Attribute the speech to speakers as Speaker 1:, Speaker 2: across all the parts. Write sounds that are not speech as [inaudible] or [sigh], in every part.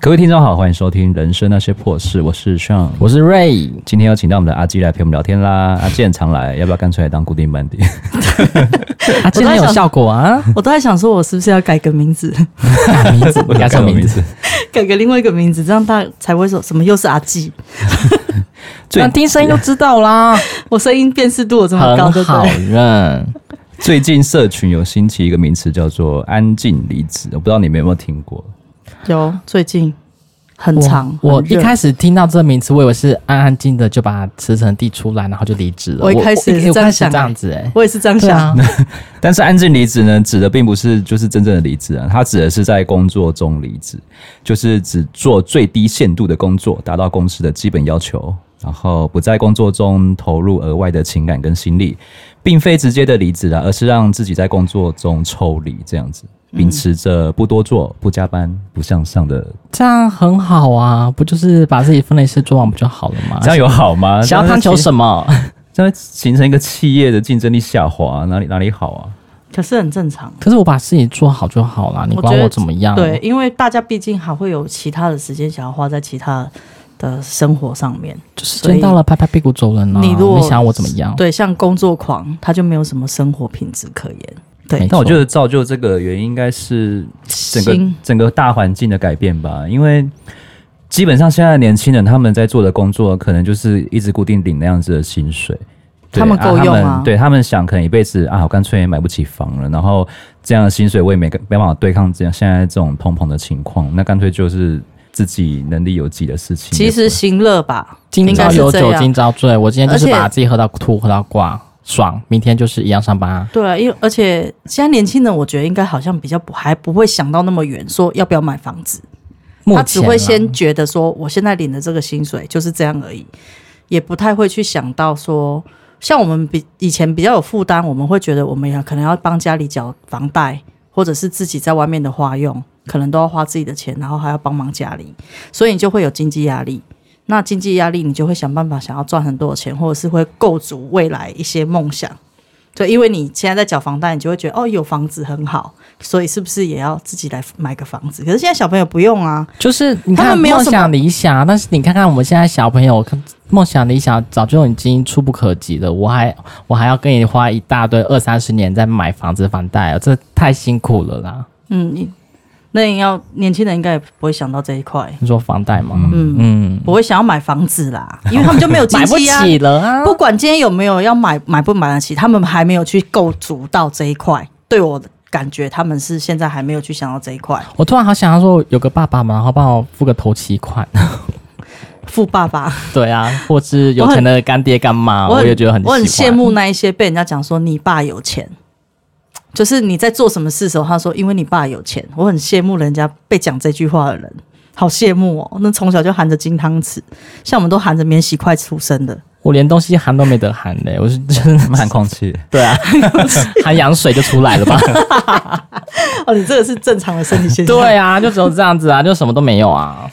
Speaker 1: 各位听众好，欢迎收听《人生那些破事》，我是 Sean，
Speaker 2: 我是 Ray，嗯
Speaker 1: 今天又请到我们的阿基来陪我们聊天啦。阿健常来，要不要干脆来当固定
Speaker 2: [laughs]
Speaker 1: 班底？
Speaker 2: 啊，今天有效
Speaker 1: [laughs]
Speaker 2: 果啊，
Speaker 3: 我都在想说，我是不是要改个名字，
Speaker 2: 改名字，改什么名字？
Speaker 1: 字？
Speaker 3: 改个另外一个名字，这样大家才不会说什么又是阿纪。
Speaker 1: 最
Speaker 2: 那听声音就知道啦，
Speaker 3: 我声音辨识度有这么高，对
Speaker 2: [laughs] 很
Speaker 3: 不
Speaker 2: 好
Speaker 3: 对？
Speaker 2: 认。
Speaker 1: 最近社群有兴起一个名词叫做“安静离职”，我不知道你们有没有听过。
Speaker 3: 有最近很
Speaker 2: 我
Speaker 3: 长，
Speaker 2: 我
Speaker 3: 很
Speaker 2: 一
Speaker 3: 热
Speaker 2: 开始听到这名词，我以为是安安静的就把辞呈递出来，然后就离职了。
Speaker 3: 我一开始也是
Speaker 2: 我
Speaker 3: 这样
Speaker 2: 开始
Speaker 3: 想
Speaker 2: 这样子哎、
Speaker 3: 我也是这样
Speaker 2: 对啊
Speaker 3: 想，，
Speaker 1: 但是安静离职呢，指的并不是就是真正的离职啊，它指的是在工作中离职，就是只做最低限度的工作，达到公司的基本要求，然后不在工作中投入额外的情感跟心力，并非直接的离职啊，而是让自己在工作中抽离这样子，
Speaker 2: 嗯
Speaker 1: 秉持着不多做、不加班、不向上的，
Speaker 2: 这样很好啊，不就是把自己分内事做完不就好了吗？
Speaker 1: 这样有好吗？
Speaker 2: 啊想要探求
Speaker 1: 么？[laughs]
Speaker 2: 什么？
Speaker 1: 这样形成一个企业的竞争力下滑，哪里哪里好啊？
Speaker 3: 可是很正常。
Speaker 2: 可是我把事情做好就好啦，你
Speaker 3: 我
Speaker 2: 管
Speaker 3: 觉
Speaker 2: 我
Speaker 3: 得
Speaker 2: 怎么样？
Speaker 3: 对，，因为大家毕竟还会有其他的时间想要花在其他的生活上面。
Speaker 2: 就是时
Speaker 3: 所以
Speaker 2: 间到了，拍拍屁股走人啊！
Speaker 3: 你如果
Speaker 2: 想要我怎么样？，
Speaker 3: 对，像工作狂，他就没有什么生活品质可言。对
Speaker 2: 没，
Speaker 1: 但我
Speaker 2: 错
Speaker 1: 觉得造就这个原因应该是整个
Speaker 3: 心
Speaker 1: 整个大环境的改变吧，因为基本上现在的年轻人他们在做的工作，可能就是一直固定领那样子的薪水。对
Speaker 3: 他们够用
Speaker 1: 啊他
Speaker 3: 吗
Speaker 1: 们对他们想，可能一辈子啊，我干脆也买不起房了，然后这样的薪水我也没没办法对抗这样现在这种通膨的情况，那干脆就是自己能力有自己的事情。
Speaker 3: 及时行乐吧，
Speaker 2: 今
Speaker 3: 应
Speaker 2: 朝
Speaker 3: 该是
Speaker 2: 有
Speaker 3: 这
Speaker 2: 酒
Speaker 3: 样
Speaker 2: 今朝醉，我今天就是
Speaker 3: 而且
Speaker 2: 把自己喝到吐，喝到挂，爽。明天就是一样上班啊。
Speaker 3: 对啊，因为而且现在年轻人，我觉得应该好像比较不还不会想到那么远，说要不要买房子，
Speaker 2: 目前
Speaker 3: 他
Speaker 2: 啊
Speaker 3: 只会先觉得说我现在领的这个薪水就是这样而已，也不太会去想到说，像我们比以前比较有负担，我们会觉得我们也可能要帮家里缴房贷，或者是自己在外面的花用，可能都要花自己的钱，然后还要帮忙家里，所以你就会有经济压力。那经济压力，你就会想办法想要赚很多的钱，或者是会构筑未来一些梦想。对，因为你现在在缴房贷，你就会觉得哦，有房子很好，所以是不是也要自己来买个房子？可是现在小朋友不用啊，
Speaker 2: 就是你
Speaker 3: 他
Speaker 2: 看
Speaker 3: 们没有
Speaker 2: 梦
Speaker 3: 什么
Speaker 2: 想理想，但是你看看我们现在小朋友，看梦想理想早就已经触不可及了。我还我还要跟你花一大堆二三十年在买房子房贷哦，这太辛苦了啦。
Speaker 3: 嗯，你那你要年轻人应该也不会想到这一块，
Speaker 2: 你说房贷吗？
Speaker 3: 嗯
Speaker 2: 嗯，
Speaker 3: 不会想要买房子
Speaker 2: [laughs]
Speaker 3: 啦，因为他们就没有经
Speaker 2: 买不
Speaker 3: 济压
Speaker 2: 起了啊。
Speaker 3: 不管今天有没有要买买不买得起，他们还没有去构筑到这一块。对我的感觉，他们是现在还没有去想到这一块。
Speaker 2: 我突然好想要说，有个爸爸嘛，然后帮我付个头期款。
Speaker 3: [laughs] 富爸爸，
Speaker 2: 对啊，或是有钱的干爹干啊妈，我
Speaker 3: 很
Speaker 2: 也觉得很
Speaker 3: 我很
Speaker 2: 喜欢
Speaker 3: 羡。慕那一些被人家讲说你爸有钱，就是你在做什么事的时候，他说因为你爸有钱，我很羡慕人家被讲这句话的人，好羡慕哦。那从小就含着金汤匙，像我们都含着免洗筷出生的，
Speaker 2: 我连东西含都没得含嘞、我是真的
Speaker 1: [laughs] 他们喊空气，
Speaker 2: 对啊， [laughs] 含羊水就出来
Speaker 3: [laughs]
Speaker 2: 了吧？
Speaker 3: 哦，你这个是正常的身体现象。
Speaker 2: 对啊，就只有这样子啊，就什么都没有啊。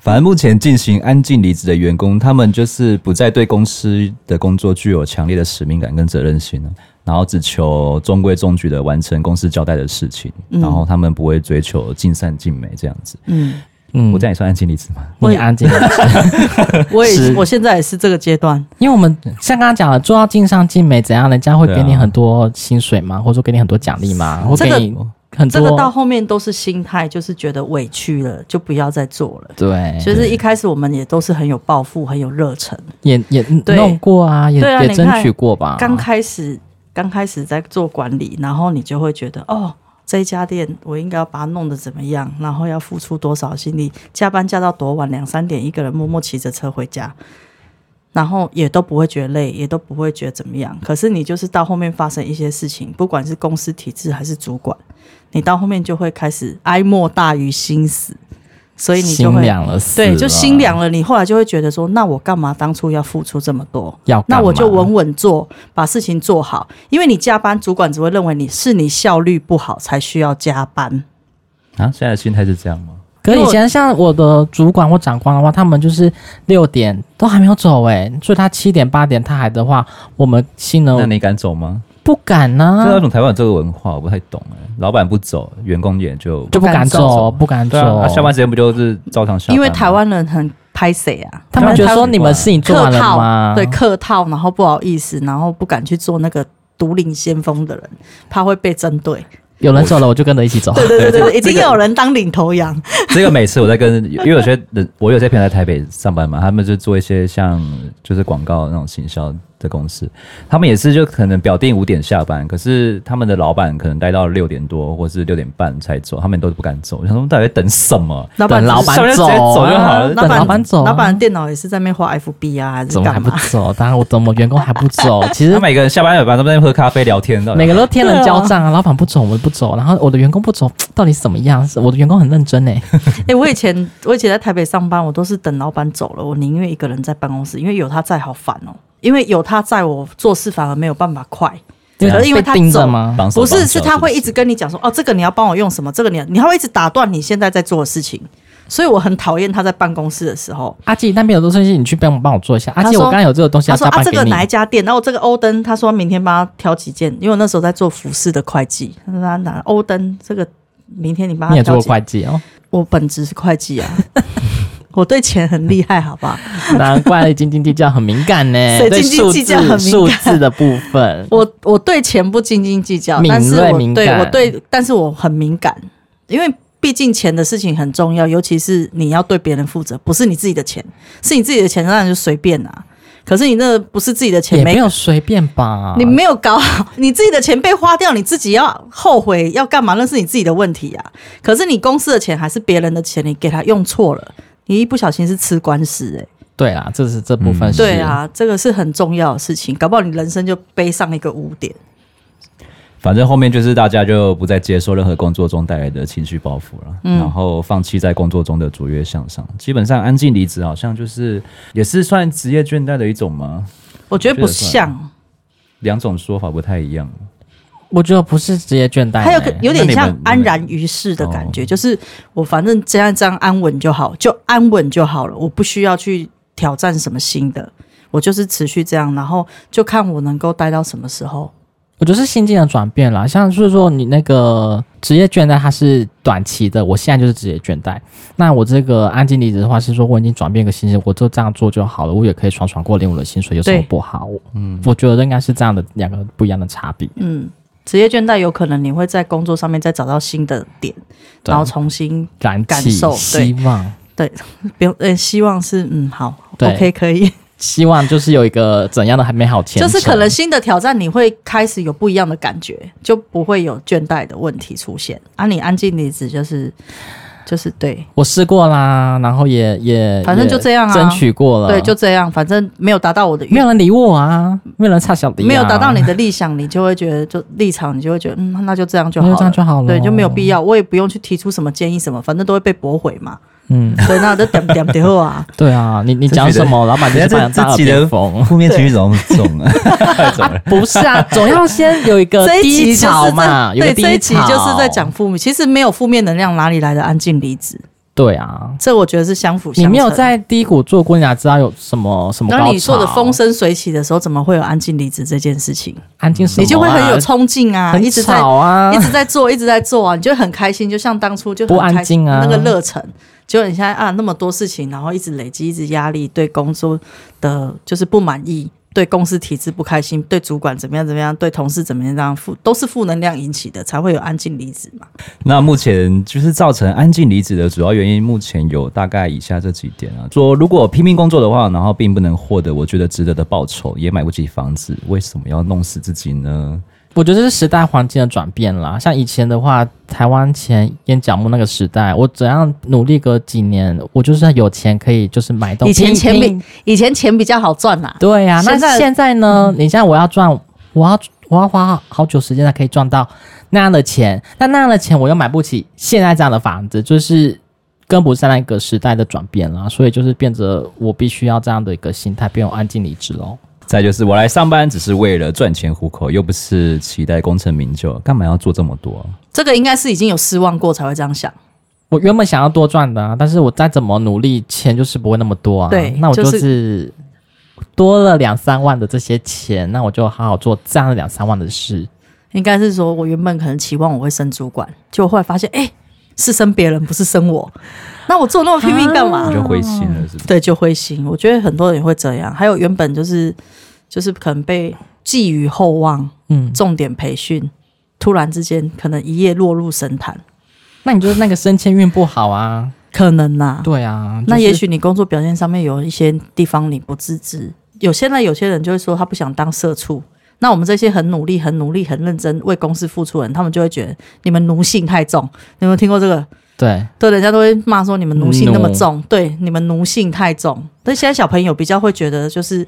Speaker 1: 反正目前进行安静离职的员工，他们就是不再对公司的工作具有强烈的使命感跟责任心了，然后只求中规中矩的完成公司交代的事情，然后他们不会追求尽善尽美这样子。
Speaker 3: 嗯，
Speaker 2: 嗯，
Speaker 1: 我这样也算安静离职吗？
Speaker 2: 你安静，
Speaker 3: 我也
Speaker 2: 是
Speaker 3: 我现在也是这个阶段，
Speaker 2: [laughs] 因为我们像刚刚讲的，做到尽善尽美，怎样，人家会给
Speaker 1: 对
Speaker 2: 你
Speaker 1: 啊
Speaker 2: 很多薪水吗？或者说给你很多奖励吗？会
Speaker 3: 这
Speaker 2: 给
Speaker 3: 个
Speaker 2: 你很
Speaker 3: 这个到
Speaker 2: 多
Speaker 3: 后面都是心态，就是觉得委屈了，就不要再做了。
Speaker 2: 对，
Speaker 3: 就是一开始我们也都是很有抱负、很有热忱，
Speaker 2: 也也
Speaker 3: 对
Speaker 2: 弄过啊，也
Speaker 3: 对啊
Speaker 2: 也
Speaker 3: 你
Speaker 2: 争
Speaker 3: 看
Speaker 2: 取过吧。
Speaker 3: 刚开始刚开始在做管理，然后你就会觉得哦。这一家店我应该要把它弄得怎么样，然后要付出多少心力，加班加到多晚，两三点一个人默默骑着车回家，然后也都不会觉得累，也都不会觉得怎么样。可是你就是到后面发生一些事情，不管是公司体制还是主管，你到后面就会开始哀莫大于心死，所以你就
Speaker 2: 心
Speaker 3: 会
Speaker 2: 凉了，死
Speaker 3: 对，就
Speaker 2: 了
Speaker 3: 心凉了。你后来就会觉得说，那我干嘛当初要付出这么多？
Speaker 2: 要干嘛
Speaker 3: 那我就稳稳做，把事情做好。因为你加班，主管只会认为你是你效率不好才需要加班。
Speaker 1: 啊，现在的心态是这样吗？
Speaker 2: 可是
Speaker 3: 因为
Speaker 2: 以
Speaker 3: 我
Speaker 2: 前像我的主管或长官的话，他们就是六点都还没有走哎、所以他七点八点他还的话，我们新
Speaker 3: 嗯
Speaker 1: 那
Speaker 2: 人
Speaker 1: 你敢走吗？
Speaker 2: 不敢
Speaker 1: 这
Speaker 2: 啊呐、
Speaker 1: 为什么台湾有这个文化？我不太懂哎、老板不走，员工也就
Speaker 2: 就不敢走，不敢
Speaker 1: 对啊
Speaker 2: 走。
Speaker 1: 啊下班时间不就是照常下班吗？
Speaker 3: 因为台湾人很拍谁啊，
Speaker 2: 他们觉得说啊你们事情做
Speaker 3: 客
Speaker 2: 完了
Speaker 3: 套
Speaker 2: 吗？
Speaker 3: 对客套，然后不好意思，然后不敢去做那个独领先锋的人，怕会被针对。
Speaker 2: 有人走了我就跟着一起走。
Speaker 3: 对对对
Speaker 1: 这个 [laughs]
Speaker 3: 对，已经有人当领头羊，
Speaker 1: 这个每次我在跟，因为有些人，我有些朋友在台北上班嘛，他们就做一些像就是广告那种行销的公司，他们也是就可能表定五点下班，可是他们的老板可能待到六点多或是六点半才走，他们都不敢走。我想说到底在等什么？
Speaker 3: 老板
Speaker 2: 等老
Speaker 1: 上
Speaker 2: 板
Speaker 1: 面直
Speaker 2: 走
Speaker 1: 接走就好
Speaker 2: 啊，
Speaker 1: 了
Speaker 2: 等老板走啊，
Speaker 3: 老板的电脑也是在那边画 FB 啊，还是
Speaker 2: 怎么还
Speaker 3: 干
Speaker 2: 不
Speaker 3: 嘛？
Speaker 2: 走？当然我怎么员工还
Speaker 3: [laughs]
Speaker 2: 不走？其实
Speaker 1: 他每个人下班有班都在那边喝咖啡聊天，到底
Speaker 2: 每个人都天人
Speaker 3: 对啊
Speaker 2: 交
Speaker 3: [laughs]
Speaker 2: 战啊，老板不走，我不走，然后我的员工不走，到底是怎么样？是我的员工很认真哎、
Speaker 3: 哎、我以前我以前在台北上班，我都是等老板走了，我宁愿一个人在办公室，因为有他在好烦哦、因为有他在我做事反而没有办法快，
Speaker 1: 对啊
Speaker 3: 可是因为
Speaker 2: 被
Speaker 3: 他
Speaker 2: 盯着
Speaker 3: 走
Speaker 2: 吗？
Speaker 1: 绑手
Speaker 3: 不
Speaker 1: 绑
Speaker 3: 是，
Speaker 1: 脚
Speaker 3: 是他
Speaker 1: 不
Speaker 3: 会一直跟你讲说，哦，这个你要帮我用什么，这个你要，你还会一直打断你现在在做的事情，所以我很讨厌他在办公室的时候，
Speaker 2: 阿基那边有多东西，你去帮我帮我做一下。阿基，
Speaker 3: 他说
Speaker 2: 我刚刚有这个东西
Speaker 3: 他
Speaker 2: 要
Speaker 3: 说
Speaker 2: 加
Speaker 3: 啊，
Speaker 2: 班
Speaker 3: 这
Speaker 2: 给
Speaker 3: 个
Speaker 2: 你。
Speaker 3: 哪一家店？然后这个欧登，他说明天帮他挑几件，因为我那时候在做服饰的会计，他说他拿欧登这个，明天你帮
Speaker 2: 你
Speaker 3: 他
Speaker 2: 也做
Speaker 3: 挑
Speaker 2: 过
Speaker 3: 几件。
Speaker 2: 会计哦，
Speaker 3: 我本职是会计
Speaker 2: [laughs]
Speaker 3: 啊，我对钱很厉害，好不好？
Speaker 2: 难怪斤斤计较很敏感
Speaker 3: [laughs]
Speaker 2: 呢、
Speaker 3: 谁
Speaker 2: 对
Speaker 3: 斤斤
Speaker 2: 数
Speaker 3: 计
Speaker 2: 字
Speaker 3: 较很敏
Speaker 2: 数
Speaker 3: 感
Speaker 2: 字的部分，
Speaker 3: 我我对钱不斤斤计较，
Speaker 2: 敏
Speaker 3: 但是
Speaker 2: 锐
Speaker 3: 我
Speaker 2: 敏
Speaker 3: 对
Speaker 2: 感
Speaker 3: 我对，但是我很敏感，因为毕竟钱的事情很重要，尤其是你要对别人负责，不是你自己的钱，是你自己的钱，那你就随便啊。可是你那不是自己的钱，
Speaker 2: 也
Speaker 3: 没
Speaker 2: 没有啊随便吧？
Speaker 3: 你没有搞好，你自己的钱被花掉，你自己要后悔要干嘛？那是你自己的问题啊。可是你公司的钱还是别人的钱，你给他用错了，你一不小心是吃官司哎、
Speaker 2: 对啊，这是这部分
Speaker 1: 嗯
Speaker 2: 是、
Speaker 3: 对，啊，这个是很重要的事情，搞不好你人生就背上一个污点。
Speaker 1: 反正后面就是大家就不再接受任何工作中带来的情绪包袱了，
Speaker 3: 嗯
Speaker 1: 然后放弃在工作中的卓越向上。基本上安静离职好像就是也是算职业倦怠的一种吗？
Speaker 3: 我觉得不
Speaker 1: 我觉得算
Speaker 3: 像，哦
Speaker 1: 两种说法不太一样。
Speaker 2: 我觉得不是职业倦怠、欸，
Speaker 3: 还有个有点
Speaker 1: 那你
Speaker 3: 像
Speaker 1: 们
Speaker 3: 安然于世的感觉，
Speaker 1: 哦
Speaker 3: 就是我反正这样这样安稳就好，就安稳就好了，我不需要去挑战什么新的，我就是持续这样，然后就看我能够待到什么时候。
Speaker 2: 我觉得是心境的转变啦，像是说你那个职业倦怠，它是短期的，我现在就是职业倦怠。那我这个安静离职的话，是说我已经转变一个心情，我就这样做就好了，我也可以爽爽过领我的薪水，有什么
Speaker 3: 对
Speaker 2: 不好？嗯，我觉得应该是这样的两个不一样的差别。
Speaker 3: 嗯，职业倦怠有可能你会在工作上面再找到新的点，
Speaker 2: 对
Speaker 3: 然后重新
Speaker 2: 燃
Speaker 3: 感
Speaker 2: 气、
Speaker 3: 受对
Speaker 2: 希望，
Speaker 3: 不用，呃，希望是嗯好
Speaker 2: 对
Speaker 3: ，OK 可
Speaker 1: [laughs]
Speaker 3: 以，
Speaker 2: 希望就是有一个怎样的还美好前
Speaker 3: 就
Speaker 2: 程，
Speaker 3: 是可能新的挑战你会开始有不一样的感觉，就不会有倦怠的问题出现。啊，你安静离职就是就是对，
Speaker 2: 我试过啦，然后也也
Speaker 3: 反正
Speaker 2: 也
Speaker 3: 就这样啊
Speaker 2: 争取过了，
Speaker 3: 对，就这样，反正没有达到我的
Speaker 2: 没
Speaker 3: 愿
Speaker 2: 有。人理我啊，没有人差小的、啊，
Speaker 3: 没有达到你的立想，你就会觉得就立场，你就会觉得嗯，那就这样就好
Speaker 2: 那
Speaker 3: 了，
Speaker 2: 就这样就好了哦
Speaker 3: 对，就没有必要，我也不用去提出什么建议什么，反正都会被驳回嘛。
Speaker 2: 嗯。
Speaker 3: 对，那就点点点后
Speaker 2: [laughs]
Speaker 3: 啊。
Speaker 2: 对啊，你你讲什么，老板就是把你当耳边风。
Speaker 1: 负面情绪怎么那么重啊？太重了。
Speaker 2: 不是啊，总要先有一个
Speaker 3: [laughs] 这一
Speaker 2: 呃低
Speaker 3: 集就
Speaker 2: 潮
Speaker 3: 是
Speaker 2: 嘛，
Speaker 3: 在
Speaker 2: 有个
Speaker 3: 对，
Speaker 2: 低
Speaker 3: 这一集
Speaker 2: 潮
Speaker 3: 就是在讲。负面，其实没有负面能量，哪里来的安静离职？
Speaker 2: 对啊，
Speaker 3: 这我觉得是相辅相
Speaker 2: 你
Speaker 3: 成。
Speaker 2: 没有在低谷做过，你哪知道有什么什么高潮？啊
Speaker 3: 当你做的风生水起的时候，怎么会有安静离职这件事情？
Speaker 2: 安静什么啊，
Speaker 3: 你就会很有冲劲啊，
Speaker 2: 很
Speaker 3: 一直在
Speaker 2: 吵啊
Speaker 3: 一，直在做，一 [laughs] 直在做啊，你就很开心，就像当初就很
Speaker 2: 不安静啊
Speaker 3: 开心那个热忱。结果你现在啊那么多事情，然后一直累积，一直压力，对工作的就是不满意，对公司体制不开心，对主管怎么样怎么样，对同事怎么样怎么样，负都是负能量引起的，才会有安静离职嘛。
Speaker 1: [laughs] 那目前就是造成安静离职的主要原因，目前有大概以下这几点啊。说如果拼命工作的话，然后并不能获得我觉得值得的报酬，也买不起房子，为什么要弄死自己呢？
Speaker 2: 我觉得这是时代环境的转变啦。像以前的话，台湾前烟角木那个时代，我怎样努力个几年，我就是有钱可以就是买东
Speaker 3: 以
Speaker 2: 西。
Speaker 3: 前钱
Speaker 2: 拼
Speaker 3: 比以前钱比较好赚啊啦、
Speaker 2: 对呀、那
Speaker 3: 现在嗯
Speaker 2: 现在呢？你现在我要赚，我要我要花好久时间才可以赚到那样的钱，但那样的钱我又买不起现在这样的房子，就是跟不上那个时代的转变啦，所以就是变得我必须要这样的一个心态，变我安静离职咯。
Speaker 1: 再就是我来上班只是为了赚钱糊口，又不是期待功成名就，干嘛要做这么多啊、
Speaker 3: 这个应该是已经有失望过才会这样想。
Speaker 2: 我原本想要多赚的、啊，但是我再怎么努力，钱就是不会那么多啊。
Speaker 3: 对
Speaker 2: 那我
Speaker 3: 就是
Speaker 2: 是多了两三万的这些钱，那我就好好做这样的两三万的事。
Speaker 3: 应该是说我原本可能期望我会升主管，结果后来发现，哎、是升别人，不是升我，那我做那么拼命干嘛？
Speaker 2: 啊
Speaker 1: 你就灰心了，是不是？
Speaker 3: 对，就灰心。我觉得很多人也会这样。还有原本就是就是可能被寄予厚望，
Speaker 2: 嗯，
Speaker 3: 重点培训，突然之间可能一夜落入神坛，
Speaker 2: 那你就是那个升迁运不好啊。
Speaker 3: 可能呐、
Speaker 2: 对啊，
Speaker 3: 那
Speaker 2: 就是
Speaker 3: 也许你工作表现上面有一些地方你不自知。有些呢，有些人就会说他不想当社畜。那我们这些很努力、很努力、很认真为公司付出的人，他们就会觉得你们奴性太重。你有没有听过这个？
Speaker 2: 对，
Speaker 3: 对，人家都会骂说你们奴性那么
Speaker 2: 奴
Speaker 3: 重，对，你们奴性太重。但现在小朋友比较会觉得就是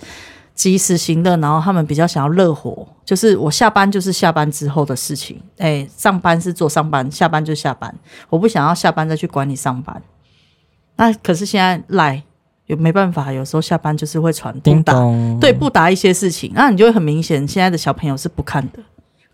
Speaker 3: 及时行乐，然后他们比较想要乐活，就是我下班就是下班之后的事情，哎，上班是做上班，下班就下班，我不想要下班再去管你上班。那可是现在赖有没办法，有时候下班就是会传不
Speaker 2: 叮
Speaker 3: 打，
Speaker 2: 咚，
Speaker 3: 对，不答一些事情，那你就会很明显，现在的小朋友是不看的，